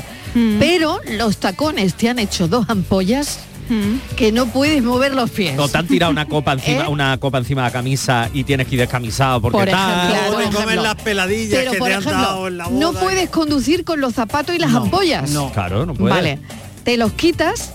[SPEAKER 7] Pero los tacones te han hecho dos ampollas que no puedes mover los pies.
[SPEAKER 21] O te han tirado una copa encima, una copa encima de la camisa y tienes que ir descamisado porque
[SPEAKER 7] ¿Eh? Por
[SPEAKER 21] tal.
[SPEAKER 7] ejemplo,
[SPEAKER 18] Luego te
[SPEAKER 7] por
[SPEAKER 18] comen
[SPEAKER 7] ejemplo.
[SPEAKER 18] las peladillas
[SPEAKER 7] Pero,
[SPEAKER 18] que
[SPEAKER 7] por
[SPEAKER 18] te han
[SPEAKER 7] ejemplo,
[SPEAKER 18] dado en la
[SPEAKER 7] No
[SPEAKER 18] boda.
[SPEAKER 7] puedes conducir con los zapatos y las ampollas.
[SPEAKER 21] Claro, ¿eh? no puedes.
[SPEAKER 7] Vale, te los quitas,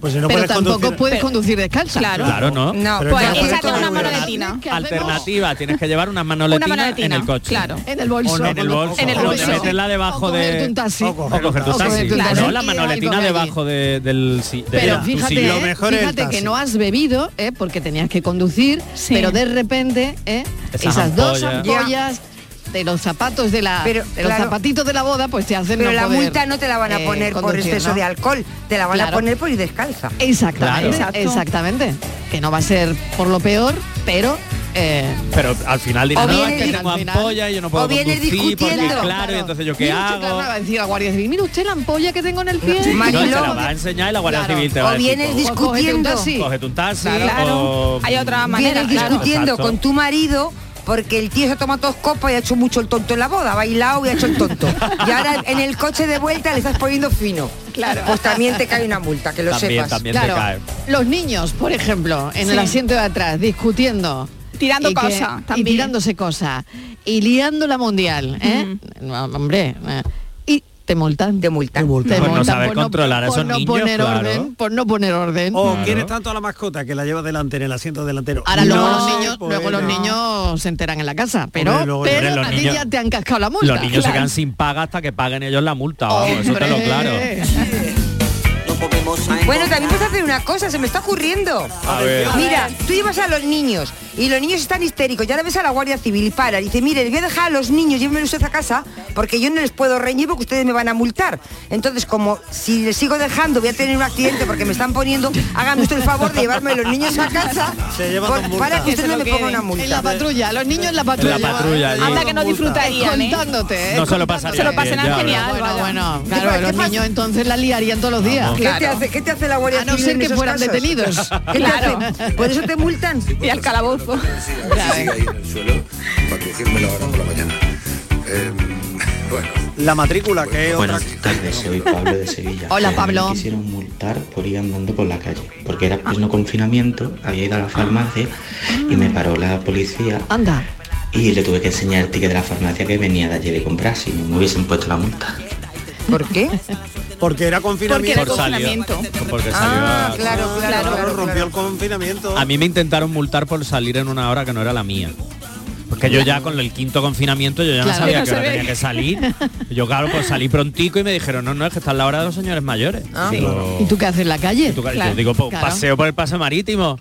[SPEAKER 18] Pues si no
[SPEAKER 7] pero
[SPEAKER 18] puedes
[SPEAKER 7] tampoco
[SPEAKER 18] conducir-
[SPEAKER 7] puedes conducir descalza.
[SPEAKER 21] Claro, Claro, no. No, Pero pues,
[SPEAKER 7] puedes
[SPEAKER 21] échate
[SPEAKER 7] conducir
[SPEAKER 21] una mano de
[SPEAKER 7] descalza.
[SPEAKER 22] tina.
[SPEAKER 21] Alternativa, tienes que llevar unas manoletinas
[SPEAKER 7] Una
[SPEAKER 21] en
[SPEAKER 7] manoletina,
[SPEAKER 21] el coche.
[SPEAKER 7] Claro. En el bolso.
[SPEAKER 21] O no, en el bolso.
[SPEAKER 7] En el
[SPEAKER 21] O
[SPEAKER 7] bolso.
[SPEAKER 21] de meterla debajo
[SPEAKER 7] O
[SPEAKER 21] de...
[SPEAKER 7] cogerte un taxi.
[SPEAKER 21] O coger tu
[SPEAKER 7] O
[SPEAKER 21] taxi.
[SPEAKER 7] coger tu taxi.
[SPEAKER 21] O no, la
[SPEAKER 7] Y
[SPEAKER 21] manoletina
[SPEAKER 7] algo que allí.
[SPEAKER 21] debajo de- del... si- de
[SPEAKER 7] Pero
[SPEAKER 21] tu
[SPEAKER 7] fíjate,
[SPEAKER 21] sillón.
[SPEAKER 7] ¿eh? fíjate que no has bebido, ¿eh? porque tenías que conducir, pero de repente ¿eh?
[SPEAKER 21] Esas
[SPEAKER 7] esas, dos
[SPEAKER 21] ampollas.
[SPEAKER 7] ampollas de los zapatos de la
[SPEAKER 17] Pero,
[SPEAKER 7] de los
[SPEAKER 17] claro.
[SPEAKER 7] zapatitos de la boda pues te hacen
[SPEAKER 17] Pero
[SPEAKER 7] no
[SPEAKER 17] la
[SPEAKER 7] poder,
[SPEAKER 17] multa no te la van a
[SPEAKER 7] eh,
[SPEAKER 17] poner por
[SPEAKER 7] conducir,
[SPEAKER 17] exceso
[SPEAKER 7] ¿no?
[SPEAKER 17] de alcohol, te la van a
[SPEAKER 7] Claro.
[SPEAKER 17] poner por ir descalza.
[SPEAKER 7] Exactamente,
[SPEAKER 21] Claro. Exacto.
[SPEAKER 7] exactamente. Que no va a ser por lo peor, pero eh,
[SPEAKER 21] Pero al final dirán,
[SPEAKER 7] O
[SPEAKER 21] no,
[SPEAKER 7] viene
[SPEAKER 21] es que
[SPEAKER 7] di-
[SPEAKER 21] tengo
[SPEAKER 7] al final.
[SPEAKER 21] ampolla y yo no puedo
[SPEAKER 7] O viene
[SPEAKER 21] conducir porque
[SPEAKER 7] discutiendo.
[SPEAKER 21] claro, y entonces yo qué
[SPEAKER 7] mira usted,
[SPEAKER 21] hago.
[SPEAKER 7] claro, va a decir la Guardia Civil, mira usted la ampolla que tengo en el pie.
[SPEAKER 21] No, te la va a enseñar y la Guardia
[SPEAKER 7] Claro.
[SPEAKER 21] Civil te
[SPEAKER 7] O
[SPEAKER 21] va a decir.
[SPEAKER 7] vienes
[SPEAKER 21] pues,
[SPEAKER 17] discutiendo.
[SPEAKER 21] Cógete un taxi.
[SPEAKER 17] Claro.
[SPEAKER 21] o-
[SPEAKER 17] Vienes discutiendo
[SPEAKER 21] Exacto.
[SPEAKER 17] con tu marido porque el tío se ha tomado dos copas y ha hecho mucho el tonto en la boda, ha bailado y ha hecho el tonto. y ahora en el coche de vuelta le estás poniendo fino.
[SPEAKER 7] Claro.
[SPEAKER 17] Pues también te cae una multa, que lo
[SPEAKER 21] También,
[SPEAKER 17] sepas.
[SPEAKER 21] también te
[SPEAKER 7] Claro.
[SPEAKER 21] cae.
[SPEAKER 7] Los niños, por ejemplo, en el
[SPEAKER 17] Sí.
[SPEAKER 7] asiento de atrás, discutiendo.
[SPEAKER 22] Tirando
[SPEAKER 7] Y que-
[SPEAKER 22] cosas,
[SPEAKER 7] Y tirándose cosas. Y liando la mundial, ¿eh? No, hombre. eh, Y te multan. Te multan.
[SPEAKER 21] Por no saber controlar a
[SPEAKER 7] por
[SPEAKER 21] esos
[SPEAKER 7] no
[SPEAKER 21] niños,
[SPEAKER 7] poner
[SPEAKER 21] claro.
[SPEAKER 7] orden, por no poner orden.
[SPEAKER 18] O quieres tanto a la mascota que la llevas delante en el asiento delantero.
[SPEAKER 7] Ahora
[SPEAKER 18] No,
[SPEAKER 7] luego los niños,
[SPEAKER 18] pues,
[SPEAKER 7] luego los
[SPEAKER 18] no.
[SPEAKER 7] niños se enteran en la casa, pero,
[SPEAKER 21] Hombre, luego-
[SPEAKER 7] pero
[SPEAKER 21] Hombre, los
[SPEAKER 7] a ti
[SPEAKER 21] niños-
[SPEAKER 7] ya te han cascado la multa.
[SPEAKER 21] Los niños se
[SPEAKER 7] Claro.
[SPEAKER 21] quedan sin paga hasta que paguen ellos la multa, vamos, eso te lo claro.
[SPEAKER 7] Hombre.
[SPEAKER 29] No comemos
[SPEAKER 17] cosa, ¿eh? Bueno, también puedes hacer una cosa, se me está ocurriendo.
[SPEAKER 28] A ver.
[SPEAKER 17] Mira, tú llevas a los niños y los niños están histéricos, ya la ves a la Guardia Civil y para, y dice, mire, les voy a dejar a los niños, llévenme ustedes a casa, porque yo no les puedo reñir porque ustedes me van a multar. Entonces, como si les sigo dejando voy a tener un accidente porque me están poniendo, háganme usted el favor de llevarme a los niños a casa
[SPEAKER 18] Se llevan
[SPEAKER 17] por-
[SPEAKER 18] dos multas.
[SPEAKER 17] para que
[SPEAKER 7] Que
[SPEAKER 17] usted
[SPEAKER 7] se
[SPEAKER 17] no
[SPEAKER 7] lo
[SPEAKER 17] me ponga
[SPEAKER 7] queden.
[SPEAKER 17] una multa.
[SPEAKER 7] En la patrulla, los niños en la patrulla.
[SPEAKER 21] patrulla, allí.
[SPEAKER 7] Anda que no
[SPEAKER 22] disfrutarían, ¿eh?
[SPEAKER 7] Contándote, ¿eh?
[SPEAKER 21] No se
[SPEAKER 7] Contándote.
[SPEAKER 21] lo pasarían Se lo pasarían bien, ya genial,
[SPEAKER 7] Bueno,
[SPEAKER 22] vaya.
[SPEAKER 7] bueno, claro, los niños entonces la liarían todos los días.
[SPEAKER 17] ¿Qué, te hace, qué te hace la Guardia
[SPEAKER 7] A no
[SPEAKER 17] Civil
[SPEAKER 7] ser
[SPEAKER 17] en
[SPEAKER 7] que
[SPEAKER 17] esos
[SPEAKER 7] fueran
[SPEAKER 17] casos?
[SPEAKER 7] detenidos.
[SPEAKER 17] ¿Qué te
[SPEAKER 7] Claro.
[SPEAKER 17] hace? ¿Por eso te multan? Y al calabozo.
[SPEAKER 29] para decírmelo ahora por la mañana. Eh, bueno.
[SPEAKER 18] La matrícula que es otra
[SPEAKER 30] Buenas tardes, soy Pablo de Sevilla.
[SPEAKER 7] Hola,
[SPEAKER 30] Eh,
[SPEAKER 7] Pablo.
[SPEAKER 30] Me quisieron multar por ir andando por la calle, porque era pleno confinamiento, había ido a la farmacia y me paró la policía
[SPEAKER 7] Anda.
[SPEAKER 30] y le tuve que enseñar el ticket de la farmacia que venía de allí de comprar, si no me hubiesen puesto la multa.
[SPEAKER 17] ¿Por qué?
[SPEAKER 18] Porque era
[SPEAKER 30] Porque
[SPEAKER 18] confinamiento.
[SPEAKER 30] era Por salió.
[SPEAKER 7] Pues
[SPEAKER 21] Porque salió a-
[SPEAKER 17] claro, claro, claro,
[SPEAKER 18] rompió el confinamiento.
[SPEAKER 21] A mí me intentaron multar por salir en una hora que no era la mía. Porque yo ya con el quinto confinamiento yo ya
[SPEAKER 18] Claro,
[SPEAKER 21] no sabía
[SPEAKER 18] no
[SPEAKER 21] que hora
[SPEAKER 18] sabía.
[SPEAKER 21] tenía que salir. Yo claro, pues salí prontico y me dijeron, no, no, es que está la hora de los señores mayores.
[SPEAKER 17] Ah,
[SPEAKER 7] Ah,
[SPEAKER 21] Digo,
[SPEAKER 7] ¿Y tú qué haces en la calle?
[SPEAKER 21] tú, Yo digo, pues paseo por el paseo marítimo.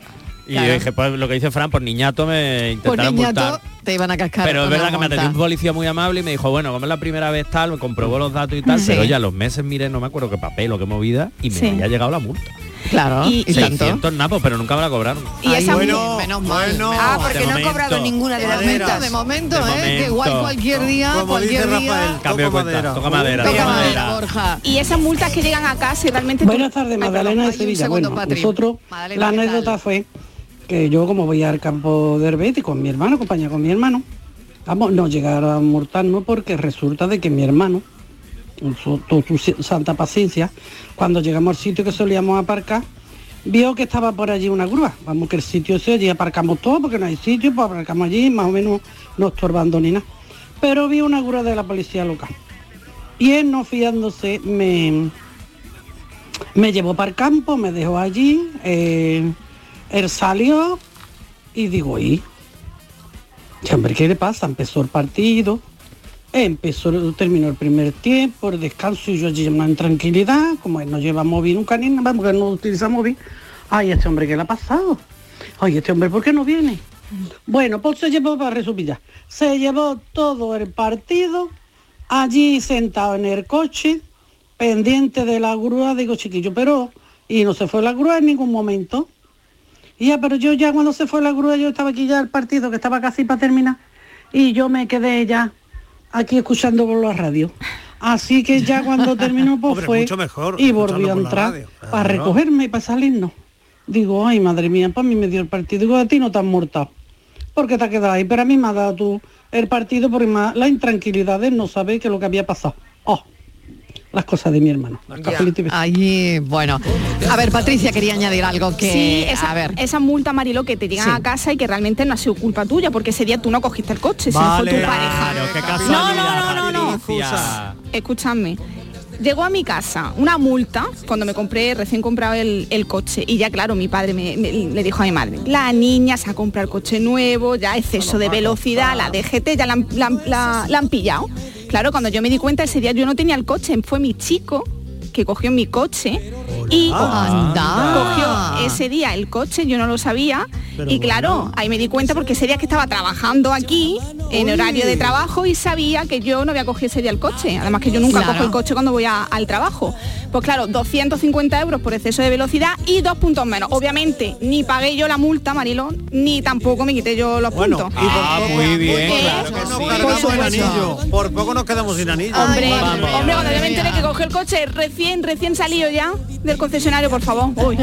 [SPEAKER 21] Y
[SPEAKER 7] Claro.
[SPEAKER 21] yo dije, pues lo que dice Fran, por niñato me
[SPEAKER 7] Por
[SPEAKER 21] intentaron
[SPEAKER 7] Pues, niñato
[SPEAKER 21] multar.
[SPEAKER 7] te iban a cascar.
[SPEAKER 21] Pero es
[SPEAKER 7] una
[SPEAKER 21] verdad que me atendió un
[SPEAKER 7] multa.
[SPEAKER 21] policía muy amable y me dijo, bueno, como es la primera vez tal, me comprobó los datos y tal,
[SPEAKER 7] Sí.
[SPEAKER 21] pero ya los meses, mire, no me acuerdo qué papel o qué movida, y me
[SPEAKER 7] Sí.
[SPEAKER 21] había llegado la multa.
[SPEAKER 7] Claro, y, tanto.
[SPEAKER 21] 600 napos, pero nunca me la cobraron.
[SPEAKER 7] Y esa bueno, menos mal.
[SPEAKER 17] Ah, porque
[SPEAKER 21] De
[SPEAKER 17] no han
[SPEAKER 21] momento.
[SPEAKER 17] cobrado ninguna de las
[SPEAKER 7] De momento,
[SPEAKER 17] multas.
[SPEAKER 7] de momento, ¿eh? Que igual
[SPEAKER 21] momento.
[SPEAKER 7] cualquier día, cualquier día...
[SPEAKER 21] Cambio de cuenta, toca madera,
[SPEAKER 22] Toca
[SPEAKER 21] toca
[SPEAKER 22] madera.
[SPEAKER 21] madera.
[SPEAKER 22] Y esas multas que llegan acá, si realmente...
[SPEAKER 19] Buenas tardes, Magdalena de Sevilla.
[SPEAKER 22] segundo,
[SPEAKER 19] Bueno,
[SPEAKER 22] Patri.
[SPEAKER 19] nosotros,
[SPEAKER 22] Magdalena,
[SPEAKER 19] la
[SPEAKER 22] ¿qué tal?
[SPEAKER 19] anécdota fue que yo como voy al campo de Herbete con mi hermano, acompañado con mi hermano, vamos, no llegaron a multarnos porque resulta de que mi hermano, con su, con su si- santa paciencia, cuando llegamos al sitio que solíamos aparcar, vio que estaba por allí una grúa. Vamos, que el sitio se allí aparcamos todo porque no hay sitio, pues aparcamos allí, más o menos no estorbando ni nada. Pero vi una grúa de la policía local. Y él no fiándose me, me llevó para el campo, me dejó allí, eh, él salió y digo, ¿y? Y, Hombre, ¿qué le pasa? Empezó el partido, empezó, terminó el primer tiempo, el descanso y yo allí en tranquilidad, como él no lleva móvil nunca ni nada, porque no utiliza móvil. Ay, este hombre, ¿qué le ha pasado? Ay, este hombre, ¿por qué no viene? Bueno, pues se llevó, para resumir ya, se llevó todo el partido allí sentado en el coche, pendiente de la grúa, digo chiquillo, pero, y no se fue la grúa en ningún momento. Y ya, pero yo ya cuando se fue la grúa, yo estaba aquí ya al partido, que estaba casi para terminar, y yo me quedé ya aquí escuchando por la radio. Así que ya cuando terminó, pues
[SPEAKER 18] Hombre,
[SPEAKER 19] fue
[SPEAKER 18] mucho mejor
[SPEAKER 19] y
[SPEAKER 18] escucharlo
[SPEAKER 19] volvió a
[SPEAKER 18] por la
[SPEAKER 19] entrar
[SPEAKER 18] radio,
[SPEAKER 19] para
[SPEAKER 18] claro.
[SPEAKER 19] recogerme y para salirnos. Digo, ay, madre mía, para mí me dio el partido. Digo, a ti no te has multado. Porque te has quedado ahí. Pero a mí me ha dado tú el partido por la intranquilidad de no saber que lo que había pasado. Oh, las cosas de mi hermano. Cafelito y besos.
[SPEAKER 7] Allí, bueno. A ver, Patricia quería añadir algo que...
[SPEAKER 22] Sí, esa,
[SPEAKER 7] a ver.
[SPEAKER 22] esa multa, Marilo, que te llegan
[SPEAKER 7] Sí.
[SPEAKER 22] a casa y que realmente no ha sido culpa tuya, porque ese día tú no cogiste el coche, sino fue tu pareja.
[SPEAKER 21] Claro, qué
[SPEAKER 22] No,
[SPEAKER 21] casualidad,
[SPEAKER 22] no, no, no, no.
[SPEAKER 21] Patricia.
[SPEAKER 22] Escúchame. Llegó a mi casa una multa cuando me compré, recién comprado el, el coche. Y ya claro, mi padre me, me- le dijo a mi madre, la niña se ha comprado el coche nuevo, ya exceso de velocidad, la DGT ya la, han- la han- la- la han pillado. Claro, cuando yo me di cuenta ese día yo no tenía el coche, fue mi chico que cogió mi coche y
[SPEAKER 7] Ah, Anda.
[SPEAKER 22] cogió ese día el coche, yo no lo sabía.
[SPEAKER 7] Pero
[SPEAKER 22] y claro, ahí me di cuenta porque ese día que estaba trabajando aquí, en
[SPEAKER 7] Uy.
[SPEAKER 22] horario de trabajo, y sabía que yo no había cogido ese día el coche. Además que yo nunca
[SPEAKER 7] Claro.
[SPEAKER 22] cojo el coche cuando voy a- al trabajo. Pues claro, 250 euros por exceso de velocidad y dos puntos menos. Obviamente, ni pagué yo la multa, Marilón, ni tampoco me quité yo los puntos.
[SPEAKER 21] Ah, muy bien.
[SPEAKER 22] Porque-
[SPEAKER 21] claro que
[SPEAKER 18] Nos
[SPEAKER 21] sí.
[SPEAKER 18] cargamos el anillo. Por poco nos quedamos sin anillo.
[SPEAKER 22] Hombre, hombre, cuando yo me enteré que cogió el coche recién, recién salido ya del concesionario, por favor. Uy.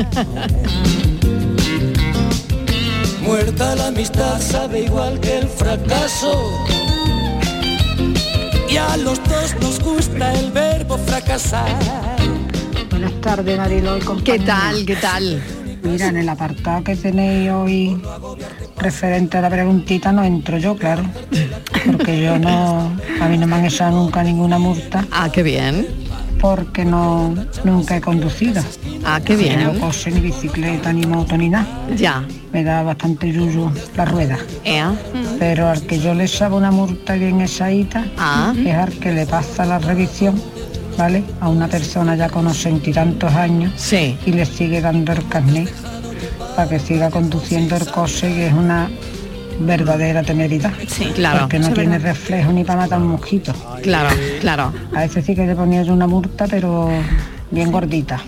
[SPEAKER 20] Muerta la amistad sabe igual que el fracaso. Y a los dos nos gusta el verbo fracasar.
[SPEAKER 31] Buenas tardes, Marilo. y compañía.
[SPEAKER 7] ¿Qué tal? ¿Qué tal?
[SPEAKER 31] Mira, en el apartado que tenéis hoy referente a la preguntita no entro yo, claro. Porque yo no, a mí no me han echado nunca ninguna multa.
[SPEAKER 7] Ah, qué bien.
[SPEAKER 31] Porque no, nunca he conducido.
[SPEAKER 7] Ah, qué
[SPEAKER 31] Ni
[SPEAKER 7] bien.
[SPEAKER 31] coche, ni bicicleta, ni moto, ni nada.
[SPEAKER 7] Ya.
[SPEAKER 31] Me da bastante yuyu la rueda.
[SPEAKER 7] Ea.
[SPEAKER 31] Pero al que yo le sabe una multa bien echadita
[SPEAKER 7] Ah.
[SPEAKER 31] es al que le pasa la revisión ¿vale? A una persona ya con ochenta y tantos años y le sigue dando el carnet para que siga conduciendo el coche y es una verdadera temeridad. Sí,
[SPEAKER 7] claro.
[SPEAKER 31] Porque no
[SPEAKER 7] Eso es
[SPEAKER 31] tiene
[SPEAKER 7] verdad.
[SPEAKER 31] reflejo ni para matar un mosquito.
[SPEAKER 7] Claro, claro.
[SPEAKER 31] A ese sí que le ponía yo una multa, pero bien gordita.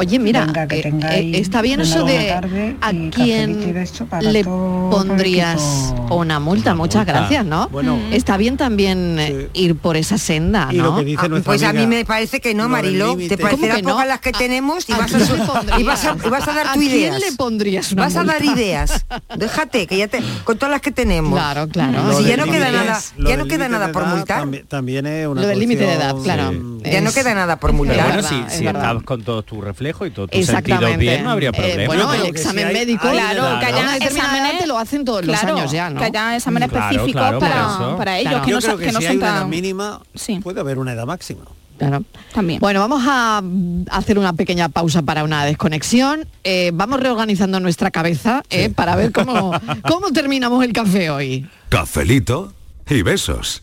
[SPEAKER 7] Oye, mira,
[SPEAKER 31] Venga, que
[SPEAKER 7] eh,
[SPEAKER 31] tengáis
[SPEAKER 7] eh, está bien
[SPEAKER 31] una
[SPEAKER 7] eso
[SPEAKER 31] buena
[SPEAKER 7] de
[SPEAKER 31] tarde
[SPEAKER 7] a
[SPEAKER 31] Eh, y cafelito y
[SPEAKER 7] quién
[SPEAKER 31] beso para
[SPEAKER 7] le
[SPEAKER 31] todo el
[SPEAKER 7] pondrías
[SPEAKER 31] equipo.
[SPEAKER 7] una multa. Muchas
[SPEAKER 31] multa.
[SPEAKER 7] gracias, ¿no? Mm.
[SPEAKER 31] Bueno.
[SPEAKER 7] está bien también eh, ir por esa senda, ¿no?
[SPEAKER 2] Y lo que dice Ah, nuestra pues a amiga, mí me parece que no, lo del Mariló. Te límite. parecerá pocas las que tenemos y vas a
[SPEAKER 7] Ah, quién
[SPEAKER 2] su-
[SPEAKER 7] le pondrías?
[SPEAKER 2] y vas a- y vas a dar
[SPEAKER 7] ¿A
[SPEAKER 2] tu
[SPEAKER 7] quién
[SPEAKER 2] ideas?
[SPEAKER 7] le pondrías una
[SPEAKER 2] Vas a dar
[SPEAKER 7] multa?
[SPEAKER 2] ideas. Déjate, que ya te. Con todas las que tenemos.
[SPEAKER 7] Claro, claro.
[SPEAKER 2] Si
[SPEAKER 7] Lo
[SPEAKER 2] ya
[SPEAKER 7] del
[SPEAKER 2] no queda
[SPEAKER 7] límite
[SPEAKER 2] nada,
[SPEAKER 7] es-
[SPEAKER 2] ya no queda nada por multar.
[SPEAKER 18] También, también es una
[SPEAKER 2] Lo del límite de edad,
[SPEAKER 18] cuestión,
[SPEAKER 2] claro.
[SPEAKER 18] sí.
[SPEAKER 2] Ya no queda nada por
[SPEAKER 21] Pero
[SPEAKER 2] multar.
[SPEAKER 21] bueno, si, si estabas con todos tus reflejos y todos tus sentidos
[SPEAKER 7] Exactamente.
[SPEAKER 21] bien, no habría
[SPEAKER 7] Eh,
[SPEAKER 21] problema.
[SPEAKER 7] bueno, el examen médico,
[SPEAKER 21] claro,
[SPEAKER 7] claro, que
[SPEAKER 21] claro.
[SPEAKER 7] allá exámenes te lo hacen todos los
[SPEAKER 22] claro,
[SPEAKER 7] años ya, ¿no?
[SPEAKER 22] que haya exámenes Claro, específicos claro, por para- eso. para ellos, que
[SPEAKER 18] Yo
[SPEAKER 22] no
[SPEAKER 18] creo
[SPEAKER 22] son-
[SPEAKER 18] que,
[SPEAKER 22] que no
[SPEAKER 18] si
[SPEAKER 22] son
[SPEAKER 18] hay una edad
[SPEAKER 22] tan-
[SPEAKER 18] mínima, puede haber una edad máxima.
[SPEAKER 7] Claro. También. Bueno, vamos a mm, hacer una pequeña pausa para una desconexión. Eh, vamos reorganizando nuestra cabeza eh, para ver cómo, cómo terminamos el café hoy.
[SPEAKER 32] Cafelito y besos.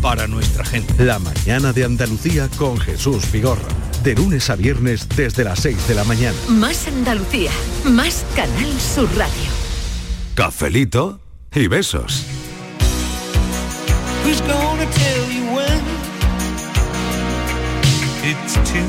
[SPEAKER 33] para nuestra gente.
[SPEAKER 34] La mañana de Andalucía con Jesús Vigorra. De lunes a viernes desde las 6 de la mañana.
[SPEAKER 35] Más Andalucía, más Canal Sur Radio.
[SPEAKER 32] Cafelito y besos.
[SPEAKER 8] Who's gonna tell you when? It's too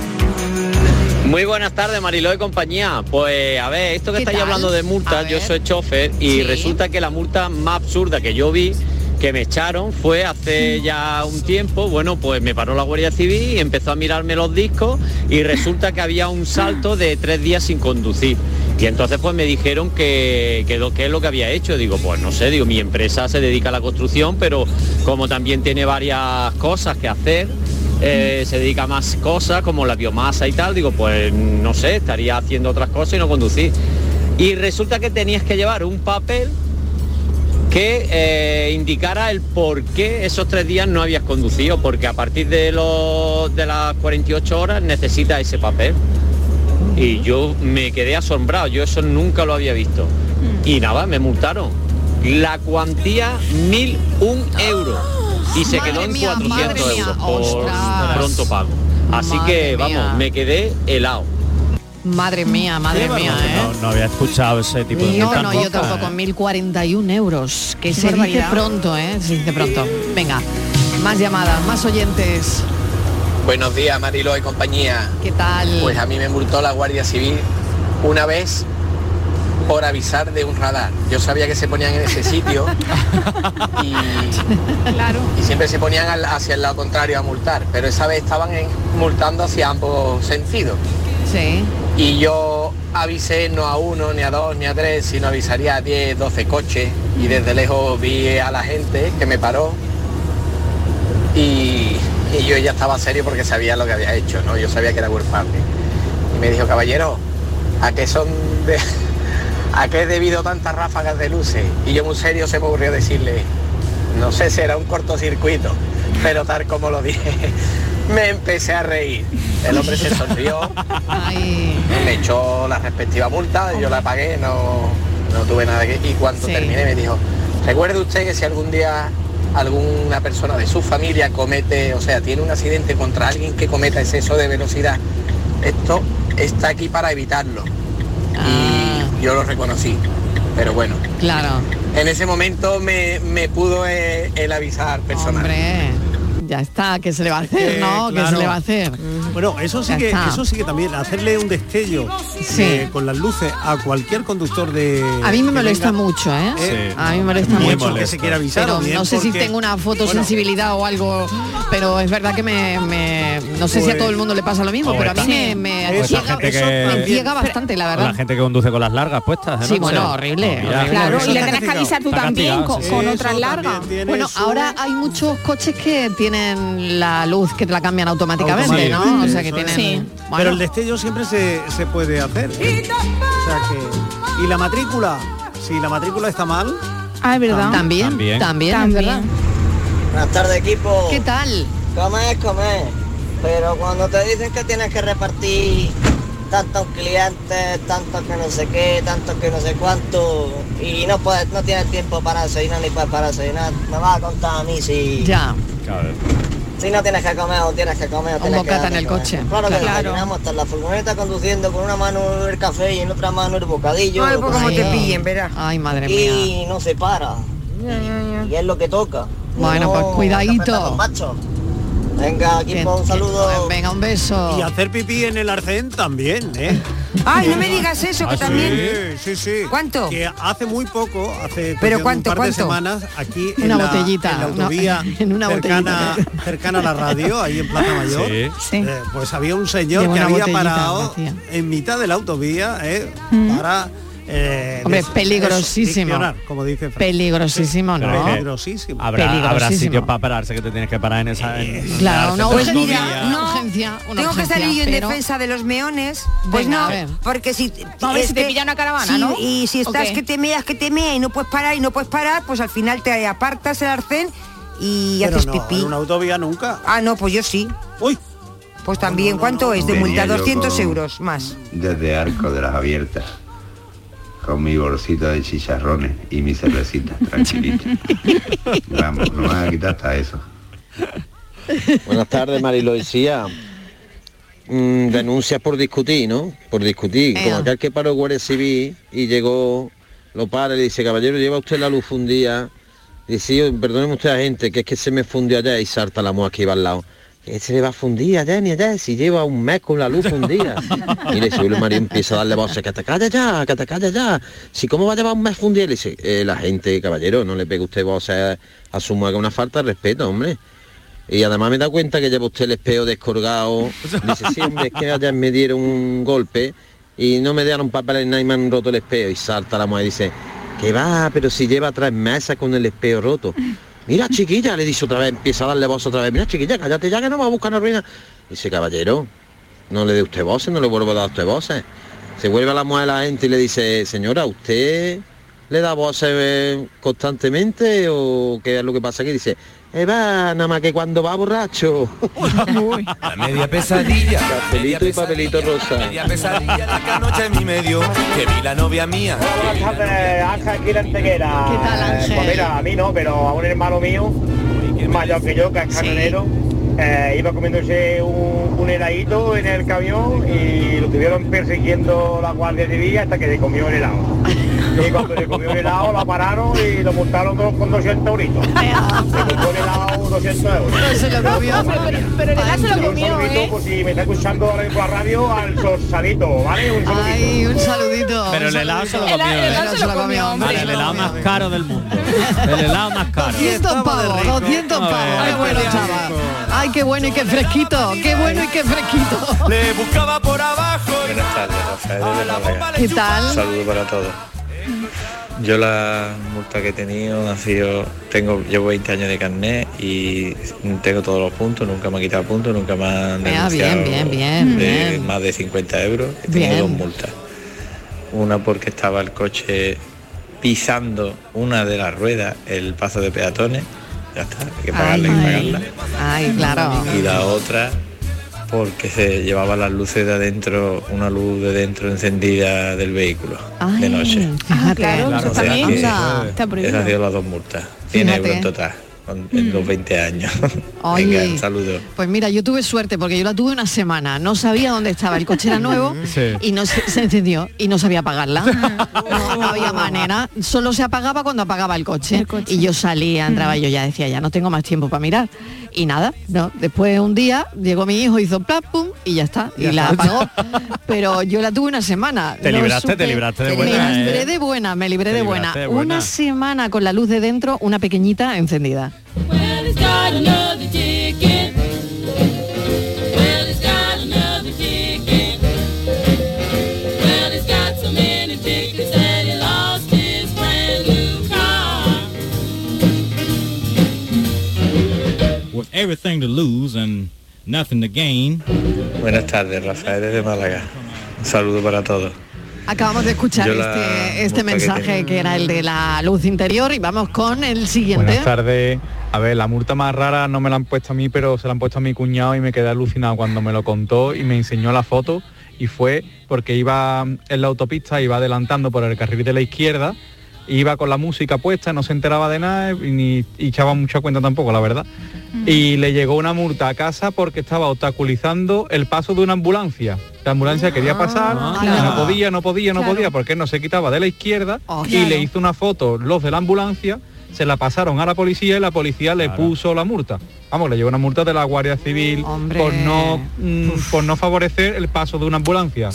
[SPEAKER 36] Muy buenas tardes, Mariló y compañía. Pues a ver, esto que
[SPEAKER 37] ¿Qué
[SPEAKER 36] estáis
[SPEAKER 37] tal?
[SPEAKER 36] hablando de
[SPEAKER 37] A
[SPEAKER 36] multas, yo
[SPEAKER 37] ver.
[SPEAKER 36] soy chofer y
[SPEAKER 37] Sí.
[SPEAKER 36] resulta que la multa más absurda que yo vi que me echaron fue hace ya un tiempo, bueno, pues me paró la Guardia Civil y empezó a mirarme los discos y resulta que había un salto de tres días sin conducir. Y entonces pues me dijeron que, que, lo- que es lo que había hecho. Digo, pues no sé, digo, mi empresa se dedica a la construcción, pero como también tiene varias cosas que hacer, eh, se dedica a más cosas como la biomasa y tal, digo, pues no sé, estaría haciendo otras cosas y no conducir. Y resulta que tenías que llevar un papel que eh, indicara el por qué esos tres días no habías conducido, porque a partir de, los, de las 48 horas necesitas ese papel. Y yo me quedé asombrado, yo eso nunca lo había visto. Y nada, me multaron. La cuantía, 1.001 euros. Y se quedó en 400 euros por pronto pago. Así
[SPEAKER 34] Madre
[SPEAKER 36] que, vamos,
[SPEAKER 34] mía.
[SPEAKER 36] me quedé helado.
[SPEAKER 7] Madre mía, madre
[SPEAKER 21] Qué
[SPEAKER 7] mía, ¿eh?
[SPEAKER 21] barbaridad. No, no había escuchado ese
[SPEAKER 18] Pues
[SPEAKER 21] tipo de
[SPEAKER 7] No, no, yo tampoco,
[SPEAKER 21] ¿eh?
[SPEAKER 7] 1.041 euros, que
[SPEAKER 38] Qué
[SPEAKER 7] se dice
[SPEAKER 38] barbaridad.
[SPEAKER 7] pronto, ¿eh? Se dice pronto. Venga, más llamadas, más oyentes.
[SPEAKER 39] Buenos días, Marilo y compañía.
[SPEAKER 7] ¿Qué tal?
[SPEAKER 39] Pues a mí me multó la Guardia Civil una vez por avisar de un radar. Yo sabía que se ponían en ese sitio y, y siempre se ponían al- hacia el lado contrario a multar, pero esa vez estaban en- multando hacia ambos sentidos.
[SPEAKER 7] Sí.
[SPEAKER 39] Y yo avisé no a uno, ni a dos, ni a tres, sino avisaría a 10, 12 coches. Y desde lejos vi a la gente que me paró. Y, y yo ya estaba serio porque sabía lo que había hecho, ¿no? Yo sabía que era culpable. Y me dijo, caballero, ¿a qué son de- ¿A qué he debido tantas ráfagas de luces? Y yo muy serio se me ocurrió decirle, no sé si era un cortocircuito, pero tal como lo dije, me empecé a reír. El hombre se sonrió, me echó la respectiva multa, yo la pagué, no, no tuve nada que... Y cuando terminé me dijo, recuerde usted que si algún día alguna persona de su familia comete, o sea, tiene un accidente contra alguien que cometa exceso de velocidad, esto está aquí para evitarlo. Y yo lo reconocí, pero bueno.
[SPEAKER 7] Claro.
[SPEAKER 39] En ese momento me, me pudo eh, el avisar personal.
[SPEAKER 7] Hombre, ya está, ¿qué se le va a hacer,
[SPEAKER 39] Eh,
[SPEAKER 7] no? ¿Qué se
[SPEAKER 40] claro.
[SPEAKER 7] le va a hacer?
[SPEAKER 18] Mm. Bueno, eso sí
[SPEAKER 7] Ya
[SPEAKER 18] que
[SPEAKER 7] está.
[SPEAKER 18] eso sí que también hacerle un destello
[SPEAKER 7] Sí.
[SPEAKER 18] eh, con las luces a cualquier conductor de
[SPEAKER 7] A mí me
[SPEAKER 18] que
[SPEAKER 7] molesta
[SPEAKER 18] venga,
[SPEAKER 7] mucho, ¿eh?
[SPEAKER 18] Sí.
[SPEAKER 7] A mí me molesta
[SPEAKER 18] Muy
[SPEAKER 7] mucho.
[SPEAKER 18] molesto. Que se quiera avisar,
[SPEAKER 7] Pero
[SPEAKER 18] o bien
[SPEAKER 7] no sé si
[SPEAKER 18] porque-
[SPEAKER 7] tengo una fotosensibilidad o algo, pero es verdad que me, me- no sé si a
[SPEAKER 21] Pues-
[SPEAKER 7] todo el mundo le pasa lo mismo,
[SPEAKER 21] o
[SPEAKER 7] pero a mí
[SPEAKER 21] esta-
[SPEAKER 18] pues
[SPEAKER 7] me, me
[SPEAKER 21] o esta
[SPEAKER 7] ciega,
[SPEAKER 21] gente que-
[SPEAKER 7] me ciega bastante, la
[SPEAKER 21] La
[SPEAKER 7] verdad.
[SPEAKER 21] gente que conduce con las largas puestas. ¿eh?
[SPEAKER 7] Sí,
[SPEAKER 21] No
[SPEAKER 7] bueno,
[SPEAKER 21] sé.
[SPEAKER 7] horrible,
[SPEAKER 21] Mira.
[SPEAKER 7] horrible.
[SPEAKER 22] Claro,
[SPEAKER 7] Eso
[SPEAKER 22] y le
[SPEAKER 7] está
[SPEAKER 22] tendrás que
[SPEAKER 7] castigado.
[SPEAKER 22] avisar tú
[SPEAKER 21] Está
[SPEAKER 22] también
[SPEAKER 21] castigado,
[SPEAKER 22] con,
[SPEAKER 21] sí.
[SPEAKER 22] con
[SPEAKER 21] Eso
[SPEAKER 22] otras largas.
[SPEAKER 7] Bueno, ahora hay muchos coches que tienen la luz que te la cambian automáticamente,
[SPEAKER 18] automáticamente,
[SPEAKER 7] ¿no? O sea que
[SPEAKER 18] eso es.
[SPEAKER 7] tienen.
[SPEAKER 18] Pero
[SPEAKER 7] Bueno,
[SPEAKER 18] el destello siempre se, se puede hacer. O sea que- y la matrícula, si la matrícula está mal,
[SPEAKER 22] Ah, es verdad.
[SPEAKER 18] También,
[SPEAKER 22] también,
[SPEAKER 18] También. también, es verdad.
[SPEAKER 41] Buenas tardes, equipo.
[SPEAKER 7] ¿Qué tal?
[SPEAKER 41] Comer es comer. Pero cuando te dicen que tienes que repartir tantos clientes, tantos que no sé qué, tantos que no sé cuánto, y no puedes, no tienes tiempo para desayunar ni para para desayunar, me vas a contar a mí si...
[SPEAKER 7] Ya.
[SPEAKER 41] Si no tienes que comer o tienes que comer o tienes que
[SPEAKER 7] bocata en
[SPEAKER 41] darte
[SPEAKER 7] el
[SPEAKER 41] comer.
[SPEAKER 7] coche,
[SPEAKER 41] Claro que
[SPEAKER 7] claro.
[SPEAKER 41] desayunamos hasta en la furgoneta conduciendo con una mano el café y en otra mano el bocadillo.
[SPEAKER 7] Ay,
[SPEAKER 41] lo que
[SPEAKER 7] pues como te
[SPEAKER 41] sea.
[SPEAKER 7] pillen, verás. Ay, madre
[SPEAKER 41] Y
[SPEAKER 7] mía.
[SPEAKER 41] no se para. Y, y es lo que toca.
[SPEAKER 7] Bueno, pues cuidadito.
[SPEAKER 41] Venga, equipo, un saludo.
[SPEAKER 7] Venga, un beso.
[SPEAKER 18] Y hacer pipí en el arcén también, ¿eh?
[SPEAKER 17] Ay, no me digas eso, que también-
[SPEAKER 18] Ah, Sí, sí, sí.
[SPEAKER 17] ¿Cuánto?
[SPEAKER 18] Que hace muy poco, hace
[SPEAKER 17] ¿Pero
[SPEAKER 18] cuestión de
[SPEAKER 17] cuánto,
[SPEAKER 18] un par de
[SPEAKER 17] cuánto?
[SPEAKER 18] semanas, aquí en
[SPEAKER 17] Una
[SPEAKER 18] la,
[SPEAKER 17] botellita,
[SPEAKER 18] en la
[SPEAKER 17] una-
[SPEAKER 18] autovía
[SPEAKER 17] en una
[SPEAKER 18] cercana,
[SPEAKER 17] botellita.
[SPEAKER 18] cercana a la radio, ahí en Plaza Mayor,
[SPEAKER 17] Sí. Sí.
[SPEAKER 18] eh, pues había un señor
[SPEAKER 7] Lleva
[SPEAKER 18] que
[SPEAKER 7] una
[SPEAKER 18] había
[SPEAKER 7] botellita
[SPEAKER 18] parado
[SPEAKER 7] vacía.
[SPEAKER 18] en mitad de la autovía eh,
[SPEAKER 7] Mm.
[SPEAKER 18] para... eh,
[SPEAKER 7] Hombre,
[SPEAKER 18] des-
[SPEAKER 7] peligrosísimo.
[SPEAKER 18] desdiccionar, Como dice Fran.
[SPEAKER 7] Peligrosísimo,
[SPEAKER 18] Pero
[SPEAKER 7] ¿no?
[SPEAKER 18] es que- Peligrosísimo.
[SPEAKER 21] Habrá, habrá
[SPEAKER 7] Peligrosísimo.
[SPEAKER 21] sitios para pararse que te tienes que parar en esa. en-
[SPEAKER 7] Claro, una
[SPEAKER 21] en la
[SPEAKER 17] Pues
[SPEAKER 21] autovía.
[SPEAKER 17] mira, no,
[SPEAKER 7] una
[SPEAKER 17] tengo que
[SPEAKER 7] urgencia,
[SPEAKER 17] salir yo en
[SPEAKER 7] pero-
[SPEAKER 17] defensa de los meones. Pues
[SPEAKER 7] Venga, a ver.
[SPEAKER 17] no, porque si,
[SPEAKER 22] A ver si te
[SPEAKER 17] que-
[SPEAKER 22] pilla una caravana,
[SPEAKER 17] sí,
[SPEAKER 22] ¿no?
[SPEAKER 17] Y si
[SPEAKER 22] ¿O
[SPEAKER 17] estás
[SPEAKER 22] qué?
[SPEAKER 17] que te meas, que te meas y no puedes parar y no puedes parar, pues al final te apartas el arcén y
[SPEAKER 18] Pero
[SPEAKER 17] haces
[SPEAKER 18] no,
[SPEAKER 17] pipí.
[SPEAKER 18] en una autovía nunca.
[SPEAKER 17] Ah, no, pues yo sí.
[SPEAKER 18] Uy.
[SPEAKER 17] Pues también, ¿cuánto es de
[SPEAKER 30] Venía
[SPEAKER 17] multa?
[SPEAKER 30] yo
[SPEAKER 17] 200
[SPEAKER 30] con-
[SPEAKER 17] euros más.
[SPEAKER 30] desde Arco de las Abiertas, con mi bolsito de chicharrones y mi cervecita, tranquilita. Vamos, no me van a quitar hasta eso.
[SPEAKER 20] Buenas tardes, Mariloisía. Mm, denuncias por discutir, ¿no? Por discutir. Como aquel que paró Guardia Civil y llegó, lo para y le dice, caballero, lleva usted la luz fundida. Dice, yo, perdóneme usted, gente, que es que se me fundió allá y salta la moja que iba al lado. "Que se le va a fundir allá ni allá, si lleva un mes con la luz fundida. Y le dice, y el marido empieza a darle voces, que te calla ya, que te calla ya. Si cómo va a llevar un mes fundida, le dice, "Eh, la gente, caballero, no le pegue usted voces, asuma que es una falta de respeto, hombre. Y además me da cuenta que lleva usted el espejo descolgado. Dice, sí, hombre, es que allá me dieron un golpe y no me dieron papel nada y me han roto el espejo. Y salta la mujer y dice, que va, pero si lleva tres mesas con el espejo roto. Mira, chiquilla, le dice otra vez, empieza a darle voz otra vez. Mira, chiquilla, cállate ya que no va a buscar una ruina. Dice, caballero, no le dé usted voces, no le vuelvo a dar a usted voces. Se vuelve a la mujer a la gente y le dice, señora, ¿usted le da voces eh, constantemente o qué es lo que pasa aquí? Dice, eh, va, nada más que cuando va borracho.
[SPEAKER 30] La media pesadilla.
[SPEAKER 20] Papelito y papelito rosa.
[SPEAKER 30] Media pesadilla la que anoche en mi medio, que vi la novia mía.
[SPEAKER 20] Buenas tardes, Ángel aquí de Antequera. Eh, Pues mira, a mí no, pero a un hermano mío, mayor que yo, que es camionero,
[SPEAKER 42] eh, iba comiéndose un, un heladito en el camión y lo tuvieron persiguiendo la Guardia Civil hasta que se comió el helado. Y cuando se comió el helado la pararon y lo montaron con, con 200 euritos. Se comió el helado 200 euros.
[SPEAKER 43] Se lo comió. Pero, pero el helado se lo
[SPEAKER 42] Y un
[SPEAKER 43] comió,
[SPEAKER 42] saludito,
[SPEAKER 43] ¿eh?
[SPEAKER 42] por si me está escuchando ahora mismo por la radio, al Sorsalito, ¿vale? Un saludito.
[SPEAKER 7] Ay, un saludito.
[SPEAKER 21] Pero el
[SPEAKER 7] un
[SPEAKER 21] helado se lo
[SPEAKER 7] saludito. Oh,
[SPEAKER 21] comió.
[SPEAKER 7] El helado
[SPEAKER 21] ¿eh?
[SPEAKER 7] se lo comió,
[SPEAKER 21] Vale, el helado más caro del mundo. El helado más caro.
[SPEAKER 7] 200 pavos, 200 pavos. ¿eh? Qué bueno, chaval. Ay, qué bueno y qué fresquito. Qué bueno y qué fresquito.
[SPEAKER 37] Le buscaba por abajo. Buenas tardes, Rafael de Málaga.
[SPEAKER 7] ¿Qué tal?
[SPEAKER 37] Un saludo para todos. Yo la multa que he tenido ha sido, tengo, llevo 20 años de carnet y tengo todos los puntos, nunca me ha quitado puntos, nunca me han
[SPEAKER 7] Ah,
[SPEAKER 37] denunciado
[SPEAKER 7] bien, bien, bien,
[SPEAKER 37] de
[SPEAKER 7] bien.
[SPEAKER 37] más de 50 euros. He tenido
[SPEAKER 7] Bien.
[SPEAKER 37] dos multas. Una porque estaba el coche pisando una de las ruedas, el paso de peatones. Ya está, hay que pagarle, hay que pagarla
[SPEAKER 7] Ay, claro.
[SPEAKER 37] y la otra porque se llevaba las luces de adentro, una luz de dentro encendida del vehículo de noche.
[SPEAKER 43] Ah, claro,
[SPEAKER 37] Claro,
[SPEAKER 43] eso
[SPEAKER 37] o sea
[SPEAKER 43] también
[SPEAKER 37] que
[SPEAKER 43] está, está
[SPEAKER 37] Esas han
[SPEAKER 43] prohibido. Mm.
[SPEAKER 37] sido las dos multas. 100
[SPEAKER 7] Fíjate.
[SPEAKER 37] euros en total con- en los 20 años.
[SPEAKER 7] Oye.
[SPEAKER 37] Venga, un saludo.
[SPEAKER 7] Pues mira, yo tuve suerte porque yo la tuve una semana. No sabía dónde estaba. El coche era nuevo
[SPEAKER 37] Sí.
[SPEAKER 7] y no se, se encendió y no sabía apagarla. No, no había manera. Solo se apagaba cuando apagaba el coche. Mm. Y yo salía, entraba, yo ya decía, ya no tengo más tiempo para mirar. Y nada, no. Después un día llegó mi hijo, hizo plap, pum, y ya está. Y
[SPEAKER 21] Ya
[SPEAKER 7] la
[SPEAKER 21] está.
[SPEAKER 7] apagó. Pero yo la tuve una semana.
[SPEAKER 21] Te
[SPEAKER 7] No
[SPEAKER 21] libraste, te
[SPEAKER 7] supe-
[SPEAKER 21] libraste de
[SPEAKER 7] me
[SPEAKER 21] buena, ¿eh?
[SPEAKER 7] libré de buena, me libré
[SPEAKER 21] Te
[SPEAKER 7] de
[SPEAKER 21] libraste
[SPEAKER 7] buena.
[SPEAKER 21] de buena.
[SPEAKER 7] Una semana con la luz de dentro, una pequeñita encendida.
[SPEAKER 44] Well, he's got another ticket. Well, he's got another ticket. Well, he's got so many tickets that he lost his brand new car.
[SPEAKER 45] With everything to lose and nothing to gain.
[SPEAKER 37] Buenas tardes, Rafael desde Málaga. Un saludo para todos.
[SPEAKER 7] Acabamos de escuchar
[SPEAKER 37] Yo la
[SPEAKER 7] este, este
[SPEAKER 37] multa que
[SPEAKER 7] mensaje que,
[SPEAKER 37] tengo.
[SPEAKER 7] era el de la luz interior y vamos con el siguiente.
[SPEAKER 46] Buenas tardes. A ver, la multa más rara no me la han puesto a mí, pero se la han puesto a mi cuñado y me quedé alucinado cuando me lo contó y me enseñó la foto y fue porque iba en la autopista, iba adelantando por el carril de la izquierda, iba con la música puesta, no se enteraba de nada y, ni, y echaba mucha cuenta tampoco, la verdad. Y le llegó una multa a casa porque estaba obstaculizando el paso de una ambulancia. La ambulancia quería pasar, y no podía, no podía, no podía, porque no se quitaba de la izquierda y le hizo una foto los de la ambulancia, se la pasaron a la policía y la policía le puso la multa. Vamos, le llegó una multa de la Guardia Civil por no mm, por no favorecer el paso de una ambulancia.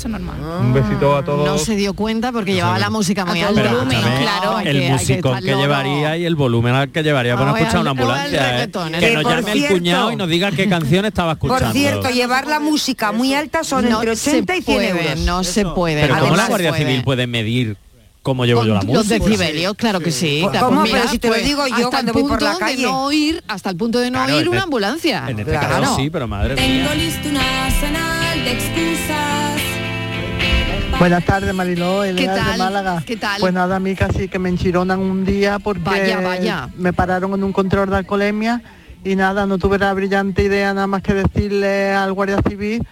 [SPEAKER 46] Un besito a todos.
[SPEAKER 7] No se dio cuenta porque llevaba la música muy alta.
[SPEAKER 21] Pero escúchame, el músico que, llevaría y el volumen al que llevaría para no
[SPEAKER 7] Ahora,
[SPEAKER 21] escuchar una
[SPEAKER 7] ahora el
[SPEAKER 21] ambulancia. ¿eh?
[SPEAKER 7] reggaetón, el
[SPEAKER 21] Que nos
[SPEAKER 7] reggaetón.
[SPEAKER 21] llame
[SPEAKER 7] Por
[SPEAKER 21] el
[SPEAKER 7] cierto-
[SPEAKER 21] cuñado y nos diga qué canción estaba escuchando.
[SPEAKER 17] Por cierto, llevar la música muy alta son
[SPEAKER 7] No
[SPEAKER 17] entre
[SPEAKER 7] se
[SPEAKER 17] 80 y 100
[SPEAKER 7] puede,
[SPEAKER 17] euros.
[SPEAKER 7] no se puede.
[SPEAKER 21] Pero ¿cómo
[SPEAKER 7] Además,
[SPEAKER 21] la Guardia
[SPEAKER 7] puede.
[SPEAKER 21] Civil puede medir cómo llevo yo la música?
[SPEAKER 7] Los decibelios, claro que sí.
[SPEAKER 17] Pues,
[SPEAKER 7] Claro,
[SPEAKER 17] ¿cómo?
[SPEAKER 7] pues,
[SPEAKER 17] Pero
[SPEAKER 7] mira,
[SPEAKER 17] si te lo
[SPEAKER 7] pues,
[SPEAKER 17] digo yo
[SPEAKER 7] hasta el
[SPEAKER 17] cuando voy por la
[SPEAKER 7] punto de
[SPEAKER 17] calle.
[SPEAKER 7] no oír, hasta el punto de no
[SPEAKER 21] Claro,
[SPEAKER 7] oír
[SPEAKER 21] en
[SPEAKER 7] una
[SPEAKER 21] este-
[SPEAKER 7] ambulancia.
[SPEAKER 21] En este caso sí, pero madre mía.
[SPEAKER 44] Tengo listo un arsenal de excusas.
[SPEAKER 29] Buenas tardes, Mariló, Elena
[SPEAKER 44] ¿Qué
[SPEAKER 29] de
[SPEAKER 44] tal?
[SPEAKER 29] Málaga.
[SPEAKER 44] ¿Qué tal?
[SPEAKER 29] Pues nada, a mí casi que me enchironan un día porque
[SPEAKER 7] Vaya, vaya.
[SPEAKER 29] me pararon en un control de alcoholemia y nada, no tuve la brillante idea nada más que decirle al guardia civil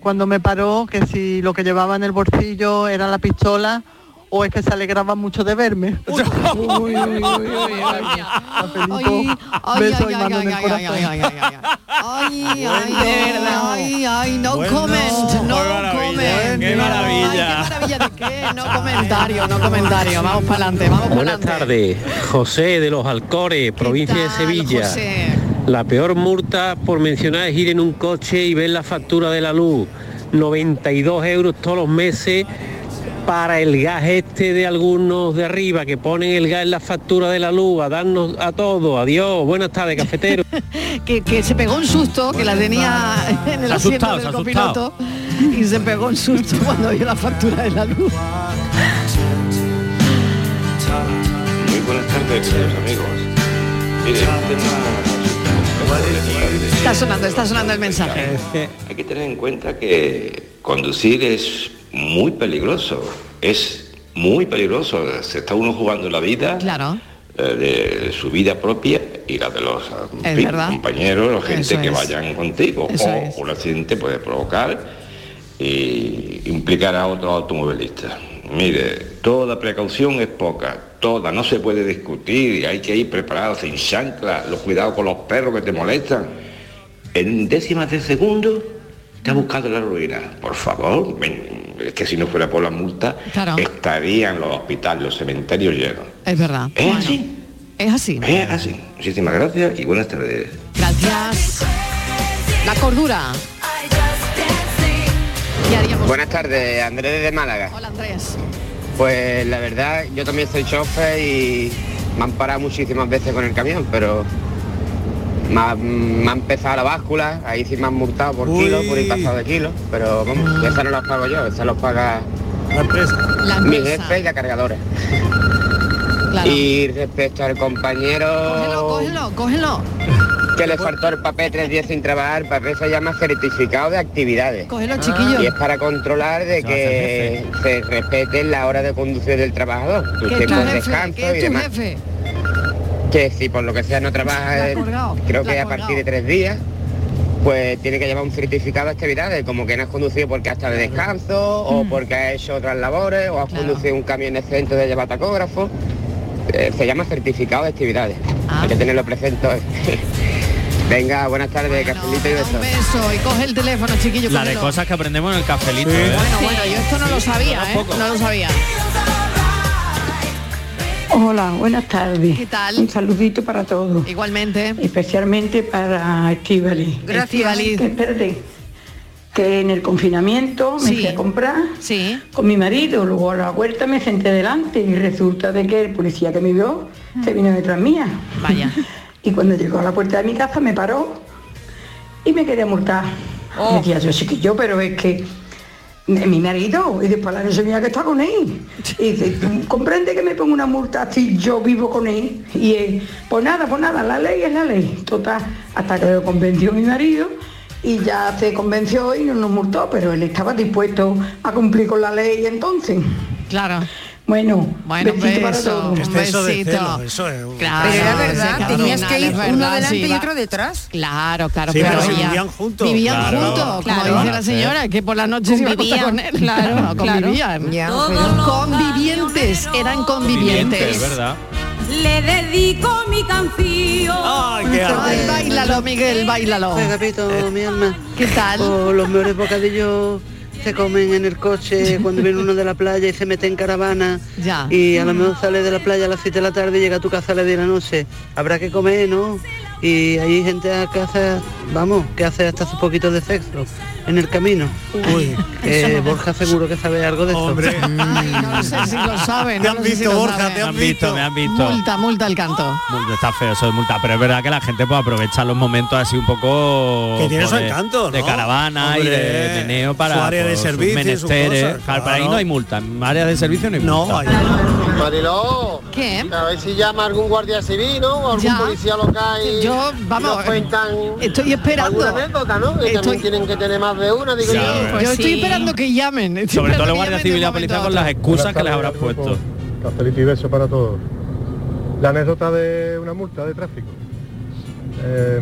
[SPEAKER 29] cuando me paró que si lo que llevaba en el bolsillo era la pistola o es que se alegraba mucho de verme. Uy, uy, uy, uy, uy.
[SPEAKER 7] Ay, ay,
[SPEAKER 29] Beso y
[SPEAKER 7] ay,
[SPEAKER 29] mano en el
[SPEAKER 7] ay, ay,
[SPEAKER 29] corazón.
[SPEAKER 7] ay, ay, ay, ay, ay. Ay, ay, ay, ay, no
[SPEAKER 29] Bueno,
[SPEAKER 7] comment, no comment.
[SPEAKER 36] ¡Qué maravilla!
[SPEAKER 7] Comentario, no comentario. Vamos para adelante, vamos para
[SPEAKER 18] Buenas tardes, eh, José de los Alcores, provincia de Sevilla. La peor multa por mencionar es ir en un coche y ver la factura de la luz. 92 euros todos los meses para el gas este de algunos de arriba que ponen el gas en la factura de la luz a darnos a todos. Adiós, buenas tardes, cafetero.
[SPEAKER 7] que, que se pegó un susto que la tenía en el
[SPEAKER 18] Se ha
[SPEAKER 7] asiento
[SPEAKER 18] asustado,
[SPEAKER 7] del
[SPEAKER 18] se ha asustado.
[SPEAKER 7] copiloto y se pegó un susto cuando vio la factura de la luz.
[SPEAKER 30] Muy buenas tardes, queridos amigos. Mire, tenemos-
[SPEAKER 7] Está sonando, está sonando el mensaje.
[SPEAKER 30] Hay que tener en cuenta que conducir es muy peligroso. Es muy peligroso. Se está uno jugando la vida,
[SPEAKER 7] Claro,
[SPEAKER 30] eh, de su vida propia y la de los en
[SPEAKER 7] Es
[SPEAKER 30] fin,
[SPEAKER 7] verdad.
[SPEAKER 30] compañeros, la gente
[SPEAKER 7] Eso
[SPEAKER 30] que
[SPEAKER 7] es.
[SPEAKER 30] vayan contigo.
[SPEAKER 7] Eso
[SPEAKER 30] o
[SPEAKER 7] es.
[SPEAKER 30] un accidente puede provocar e implicar a otro automovilista. Mire, toda precaución es poca, toda, no se puede discutir, hay que ir preparado sin chancla, los cuidados con los perros que te molestan. en décimas de segundo te ha buscado la ruina. Por favor, ven, es que si no fuera por la multa,
[SPEAKER 7] Claro.
[SPEAKER 30] estarían los hospitales, los cementerios llenos.
[SPEAKER 7] Es verdad.
[SPEAKER 30] Es
[SPEAKER 7] Bueno,
[SPEAKER 30] así.
[SPEAKER 7] Es así.
[SPEAKER 30] Es así. Muchísimas gracias y buenas tardes.
[SPEAKER 7] Gracias. La cordura. ¿Qué haríamos?
[SPEAKER 47] Buenas tardes, Andrés desde Málaga.
[SPEAKER 7] Hola Andrés.
[SPEAKER 47] Pues la verdad, yo también soy chofer y me han parado muchísimas veces con el camión, pero me ha, me ha empezado la báscula, ahí sí me han multado por kilo, por ir pasado de kilo, pero
[SPEAKER 7] Mm.
[SPEAKER 47] vamos, esa no la pago yo, esa los paga
[SPEAKER 18] la empresa.
[SPEAKER 47] mi jefe y la cargadora.
[SPEAKER 7] Claro.
[SPEAKER 47] Y respecto al compañero
[SPEAKER 7] Cógelo, cógelo.
[SPEAKER 47] que le faltó el papel tres días sin trabajar, el papel se llama certificado de actividades.
[SPEAKER 7] Cógelo, chiquillo.
[SPEAKER 47] Y es para controlar de que se respete la hora de conducir del trabajador, tus
[SPEAKER 7] Que es tu
[SPEAKER 47] tiempos de
[SPEAKER 7] jefe,
[SPEAKER 47] descanso
[SPEAKER 7] que
[SPEAKER 47] y
[SPEAKER 7] es tu
[SPEAKER 47] demás.
[SPEAKER 7] jefe.
[SPEAKER 47] Que si por lo que sea no trabaja, eh,
[SPEAKER 7] colgado,
[SPEAKER 47] creo
[SPEAKER 7] la
[SPEAKER 47] que
[SPEAKER 7] ha
[SPEAKER 47] a partir de tres días, pues tiene que llevar un certificado de actividades, como que no has conducido porque has estado de descanso, o porque has hecho otras labores, o has conducido un camión exento de llevar tacógrafo. Eh, se llama certificado de actividades. Hay que tenerlo presente. Venga, buenas tardes, cafelito y besos.
[SPEAKER 7] Eso, y coge el teléfono, chiquillo.
[SPEAKER 21] La de
[SPEAKER 7] cógelo.
[SPEAKER 21] cosas que aprendemos en el cafelito. ¿eh?
[SPEAKER 7] Bueno, bueno, yo esto no lo sabía, ¿eh? No lo sabía.
[SPEAKER 28] Hola, buenas tardes. ¿Qué
[SPEAKER 7] tal?
[SPEAKER 28] Un saludito para todos.
[SPEAKER 7] Igualmente.
[SPEAKER 28] Especialmente para Estivali.
[SPEAKER 7] Gracias, Estíbaliz.
[SPEAKER 28] Que, espérate, que en el confinamiento me fui a comprar con mi marido, luego a la vuelta me senté delante y resulta de que el policía que me vio se vino detrás mía.
[SPEAKER 7] Ah. Vaya.
[SPEAKER 28] Y cuando llegó a la puerta de mi casa me paró y me quería multar.
[SPEAKER 7] Oh.
[SPEAKER 28] Y decía yo chiquillo, pero es que mi marido y después la noche mía que está con él y dice "Tú comprende que me pongo una multa si yo vivo con él y él, pues nada pues nada la ley es la ley total hasta que lo convenció mi marido y ya se convenció y no nos multó pero él estaba dispuesto a cumplir con la ley entonces
[SPEAKER 7] claro
[SPEAKER 28] bueno
[SPEAKER 7] Bueno, un
[SPEAKER 28] besito para
[SPEAKER 7] beso,
[SPEAKER 28] todos.
[SPEAKER 7] un
[SPEAKER 18] Este,
[SPEAKER 7] besito. Claro,
[SPEAKER 28] Pero era
[SPEAKER 7] sí,
[SPEAKER 28] verdad,
[SPEAKER 7] que al
[SPEAKER 28] tenías
[SPEAKER 7] final
[SPEAKER 28] que ir
[SPEAKER 7] es
[SPEAKER 28] uno
[SPEAKER 7] verdad,
[SPEAKER 28] delante
[SPEAKER 7] sí,
[SPEAKER 28] y
[SPEAKER 7] va-
[SPEAKER 28] otro
[SPEAKER 7] detrás. Claro, claro,
[SPEAKER 28] Sí, pero si
[SPEAKER 7] ella-
[SPEAKER 28] vivían juntos.
[SPEAKER 7] Vivían
[SPEAKER 28] Claro,
[SPEAKER 7] juntos,
[SPEAKER 28] claro.
[SPEAKER 7] como dice la señora, que por la noche se iba a acostar con él.
[SPEAKER 28] Convivían,
[SPEAKER 7] Claro, pues.
[SPEAKER 28] claro.
[SPEAKER 7] convivían.
[SPEAKER 28] Ya,
[SPEAKER 7] Todos
[SPEAKER 28] pero-
[SPEAKER 7] los Convivientes, eran
[SPEAKER 21] Vivientes,
[SPEAKER 7] convivientes.
[SPEAKER 21] ¿verdad?
[SPEAKER 7] Le dedico mi canción. Ay,
[SPEAKER 28] qué
[SPEAKER 7] Ay,
[SPEAKER 28] amor.
[SPEAKER 7] bailalo, Miguel, bailalo.
[SPEAKER 28] Pues, Gabito, mi alma.
[SPEAKER 7] ¿Qué tal?
[SPEAKER 28] O los mejores bocadillos se comen en el coche cuando viene uno de la playa y se mete en caravana.
[SPEAKER 7] Ya.
[SPEAKER 28] Y a lo mejor sale de la playa a las 7 de la tarde y llega a tu casa a las 10 de la noche. Habrá que comer, ¿no? Y hay gente que hace, vamos, que hace hasta sus poquitos de sexo en el camino. Uy, Eso no me- Borja seguro que sabe algo de esto.
[SPEAKER 7] No lo sé si lo saben.
[SPEAKER 28] Te
[SPEAKER 7] no
[SPEAKER 28] han
[SPEAKER 7] lo sé si
[SPEAKER 28] visto,
[SPEAKER 7] lo
[SPEAKER 28] Borja,
[SPEAKER 7] saben.
[SPEAKER 28] te
[SPEAKER 21] Me han visto, me han visto.
[SPEAKER 7] Multa, multa al canto.
[SPEAKER 21] Multa, Está feo eso de multa, pero es verdad que la gente puede aprovechar los momentos así un poco
[SPEAKER 18] Que tiene su
[SPEAKER 21] pues, de-
[SPEAKER 18] encanto, ¿no?
[SPEAKER 21] de caravana y de
[SPEAKER 18] Hombre,
[SPEAKER 21] meneo para
[SPEAKER 18] su área de
[SPEAKER 21] pues, sus
[SPEAKER 18] servicio, sus
[SPEAKER 21] menesteres.
[SPEAKER 18] cosas,
[SPEAKER 21] Claro, para ahí
[SPEAKER 18] claro.
[SPEAKER 21] no hay multa, en áreas de servicio no hay multa.
[SPEAKER 13] Mariló,
[SPEAKER 7] ¿Qué?
[SPEAKER 13] a ver si llama algún guardia civil, ¿no? O algún
[SPEAKER 7] Ya.
[SPEAKER 13] policía local y,
[SPEAKER 7] Yo, vamos,
[SPEAKER 13] y nos cuentan
[SPEAKER 7] estoy esperando.
[SPEAKER 13] alguna anécdota, ¿no? Que
[SPEAKER 7] Estoy-
[SPEAKER 13] también tienen que tener más de una, digo
[SPEAKER 21] Sí,
[SPEAKER 13] yo.
[SPEAKER 21] pues
[SPEAKER 7] Yo estoy
[SPEAKER 13] sí.
[SPEAKER 7] esperando que llamen. estoy
[SPEAKER 21] Sobre todo la
[SPEAKER 7] esperando que
[SPEAKER 21] Guardia
[SPEAKER 7] llamen
[SPEAKER 21] Civil y
[SPEAKER 7] de
[SPEAKER 21] la
[SPEAKER 7] un este momento
[SPEAKER 21] policía
[SPEAKER 7] a
[SPEAKER 21] con
[SPEAKER 7] otro.
[SPEAKER 21] las excusas que les habrás puesto.
[SPEAKER 48] Cafelito y beso para todos. La anécdota de una multa de tráfico. Eh,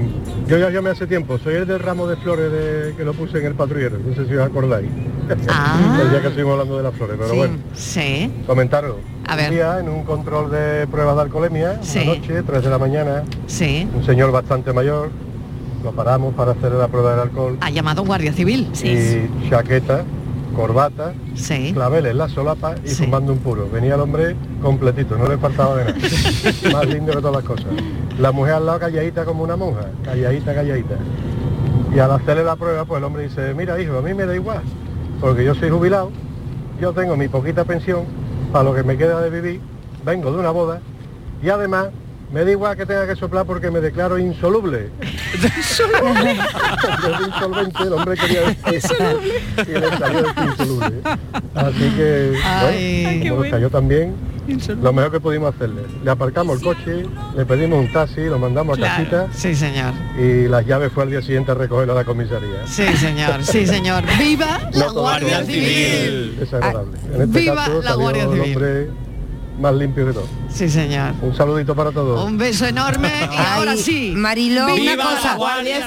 [SPEAKER 48] yo ya llamé hace tiempo, soy el del ramo de flores de- que lo puse en el patrullero, no sé si os acordáis. el día que estuvimos hablando de las flores, pero Sí, bueno.
[SPEAKER 7] Ah. Sí.
[SPEAKER 48] Comentaros.
[SPEAKER 7] A ver.
[SPEAKER 48] Un día en un control de pruebas de alcoholemia,
[SPEAKER 7] Sí.
[SPEAKER 48] anoche, 3 de la mañana,
[SPEAKER 7] Sí.
[SPEAKER 48] un señor bastante mayor, lo paramos para hacer la prueba del alcohol.
[SPEAKER 7] Ha llamado un guardia civil.
[SPEAKER 48] y chaqueta, corbata, claveles en la solapa y fumando un puro. Venía el hombre completito, no le faltaba de nada. Más lindo que todas las cosas. La mujer al lado calladita como una monja, calladita, calladita. Y al hacerle la prueba, pues el hombre dice, mira hijo, a mí me da igual, porque yo soy jubilado, yo tengo mi poquita pensión, para lo que me queda de vivir, vengo de una boda, y además me da igual que tenga que soplar porque me declaro insoluble. Yo soy insolvente, el hombre quería decir. Y le salió el insoluble. Así que, bueno, Ay, qué como nos bueno. cayó también, lo mejor que pudimos hacerle. Le aparcamos el coche, le pedimos un taxi, lo mandamos a casita.
[SPEAKER 7] Sí, señor.
[SPEAKER 48] Y las llaves fue al día siguiente a recogerlo a la comisaría.
[SPEAKER 7] Sí, señor. Sí, señor. ¡Viva la
[SPEAKER 48] todo
[SPEAKER 7] Guardia
[SPEAKER 48] es
[SPEAKER 7] Civil!
[SPEAKER 48] Desagradable. En este
[SPEAKER 7] ¡Viva
[SPEAKER 48] caso,
[SPEAKER 7] la
[SPEAKER 48] salió
[SPEAKER 7] Guardia
[SPEAKER 48] el
[SPEAKER 7] Civil!
[SPEAKER 48] hombre más limpio que todo.
[SPEAKER 7] Sí, señor.
[SPEAKER 48] Un saludito para todos.
[SPEAKER 7] Un beso enorme y ahora sí.
[SPEAKER 17] Mariló, una cosa.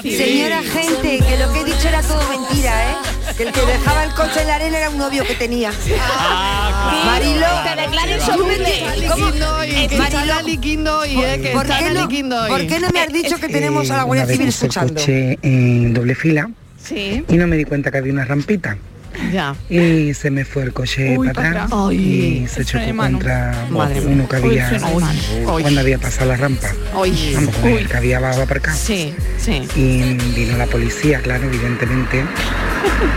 [SPEAKER 17] Señora gente, que lo que he dicho era todo mentira, ¿eh? Que el que dejaba el coche en la arena era un novio que tenía.
[SPEAKER 7] Ah,
[SPEAKER 17] Mariló,
[SPEAKER 7] te declaren sorprendente. ¿Cómo? Y que está liquindo y eh, que
[SPEAKER 17] Eh, ¿Por
[SPEAKER 7] está Eh,
[SPEAKER 17] qué no-
[SPEAKER 7] liquindo hoy.
[SPEAKER 17] por qué no me has dicho que tenemos a la
[SPEAKER 49] Eh, Una
[SPEAKER 17] Guardia
[SPEAKER 49] vez
[SPEAKER 17] Civil
[SPEAKER 49] puse el
[SPEAKER 17] escuchando?
[SPEAKER 49] coche en doble fila
[SPEAKER 7] Sí.
[SPEAKER 49] y no me di cuenta que había una rampita.
[SPEAKER 7] Ya.
[SPEAKER 49] Y se me fue el coche
[SPEAKER 7] Uy,
[SPEAKER 49] para
[SPEAKER 7] para
[SPEAKER 49] atrás
[SPEAKER 7] atrás. Ay,
[SPEAKER 49] y se
[SPEAKER 7] el freno de
[SPEAKER 49] chocó
[SPEAKER 7] mano.
[SPEAKER 49] contra
[SPEAKER 7] Madre
[SPEAKER 49] uno que
[SPEAKER 7] mía. Uy, el
[SPEAKER 49] había
[SPEAKER 7] freno de mano. Uy.
[SPEAKER 49] cuando había pasado la rampa.
[SPEAKER 7] Uy.
[SPEAKER 49] Vamos, con
[SPEAKER 7] Uy.
[SPEAKER 49] el que había abajo aparcado.
[SPEAKER 7] Sí, sí.
[SPEAKER 49] Y vino la policía, claro, evidentemente.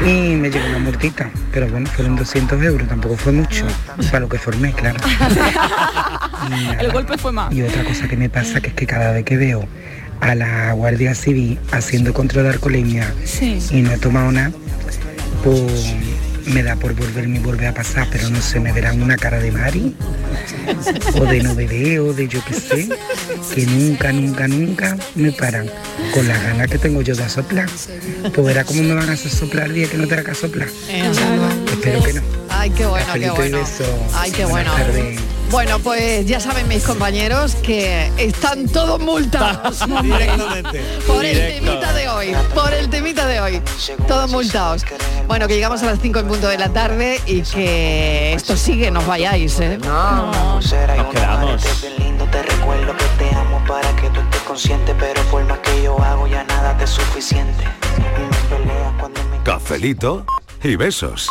[SPEAKER 49] Y me llegó una multita, pero bueno, fueron 200 euros, tampoco fue mucho, para lo que formé, claro.
[SPEAKER 22] El golpe fue más.
[SPEAKER 49] Y otra cosa que me pasa que es que cada vez que veo a la Guardia Civil haciendo control de alcoholemia
[SPEAKER 22] Sí.
[SPEAKER 49] y no he tomado nada, pues me da por volverme y volver a pasar, pero no sé, me verán una cara de Mari o de no beber o de yo qué sé, que nunca, nunca, nunca me paran con las ganas que tengo yo de soplar. Pues verá cómo me van a hacer soplar el día que no tenga que soplar. Espero que no.
[SPEAKER 7] Ay, qué bueno, qué
[SPEAKER 49] Cafelito y
[SPEAKER 7] bueno.
[SPEAKER 49] besos.
[SPEAKER 7] Ay, qué bueno.
[SPEAKER 49] Buenas tardes.
[SPEAKER 7] Bueno, pues ya saben mis compañeros que están todos multados. hombre. Por el
[SPEAKER 8] Directo.
[SPEAKER 7] temita de hoy, por el temita de hoy. Todos multados. Bueno, que llegamos a las 5 en punto de la tarde y que esto sigue, no os vayáis, ¿eh?
[SPEAKER 50] Nos quedamos. lindo, te recuerdo que te amo para que tú estés consciente, pero por más que yo hago ya nada te es suficiente.
[SPEAKER 1] Cafelito y besos.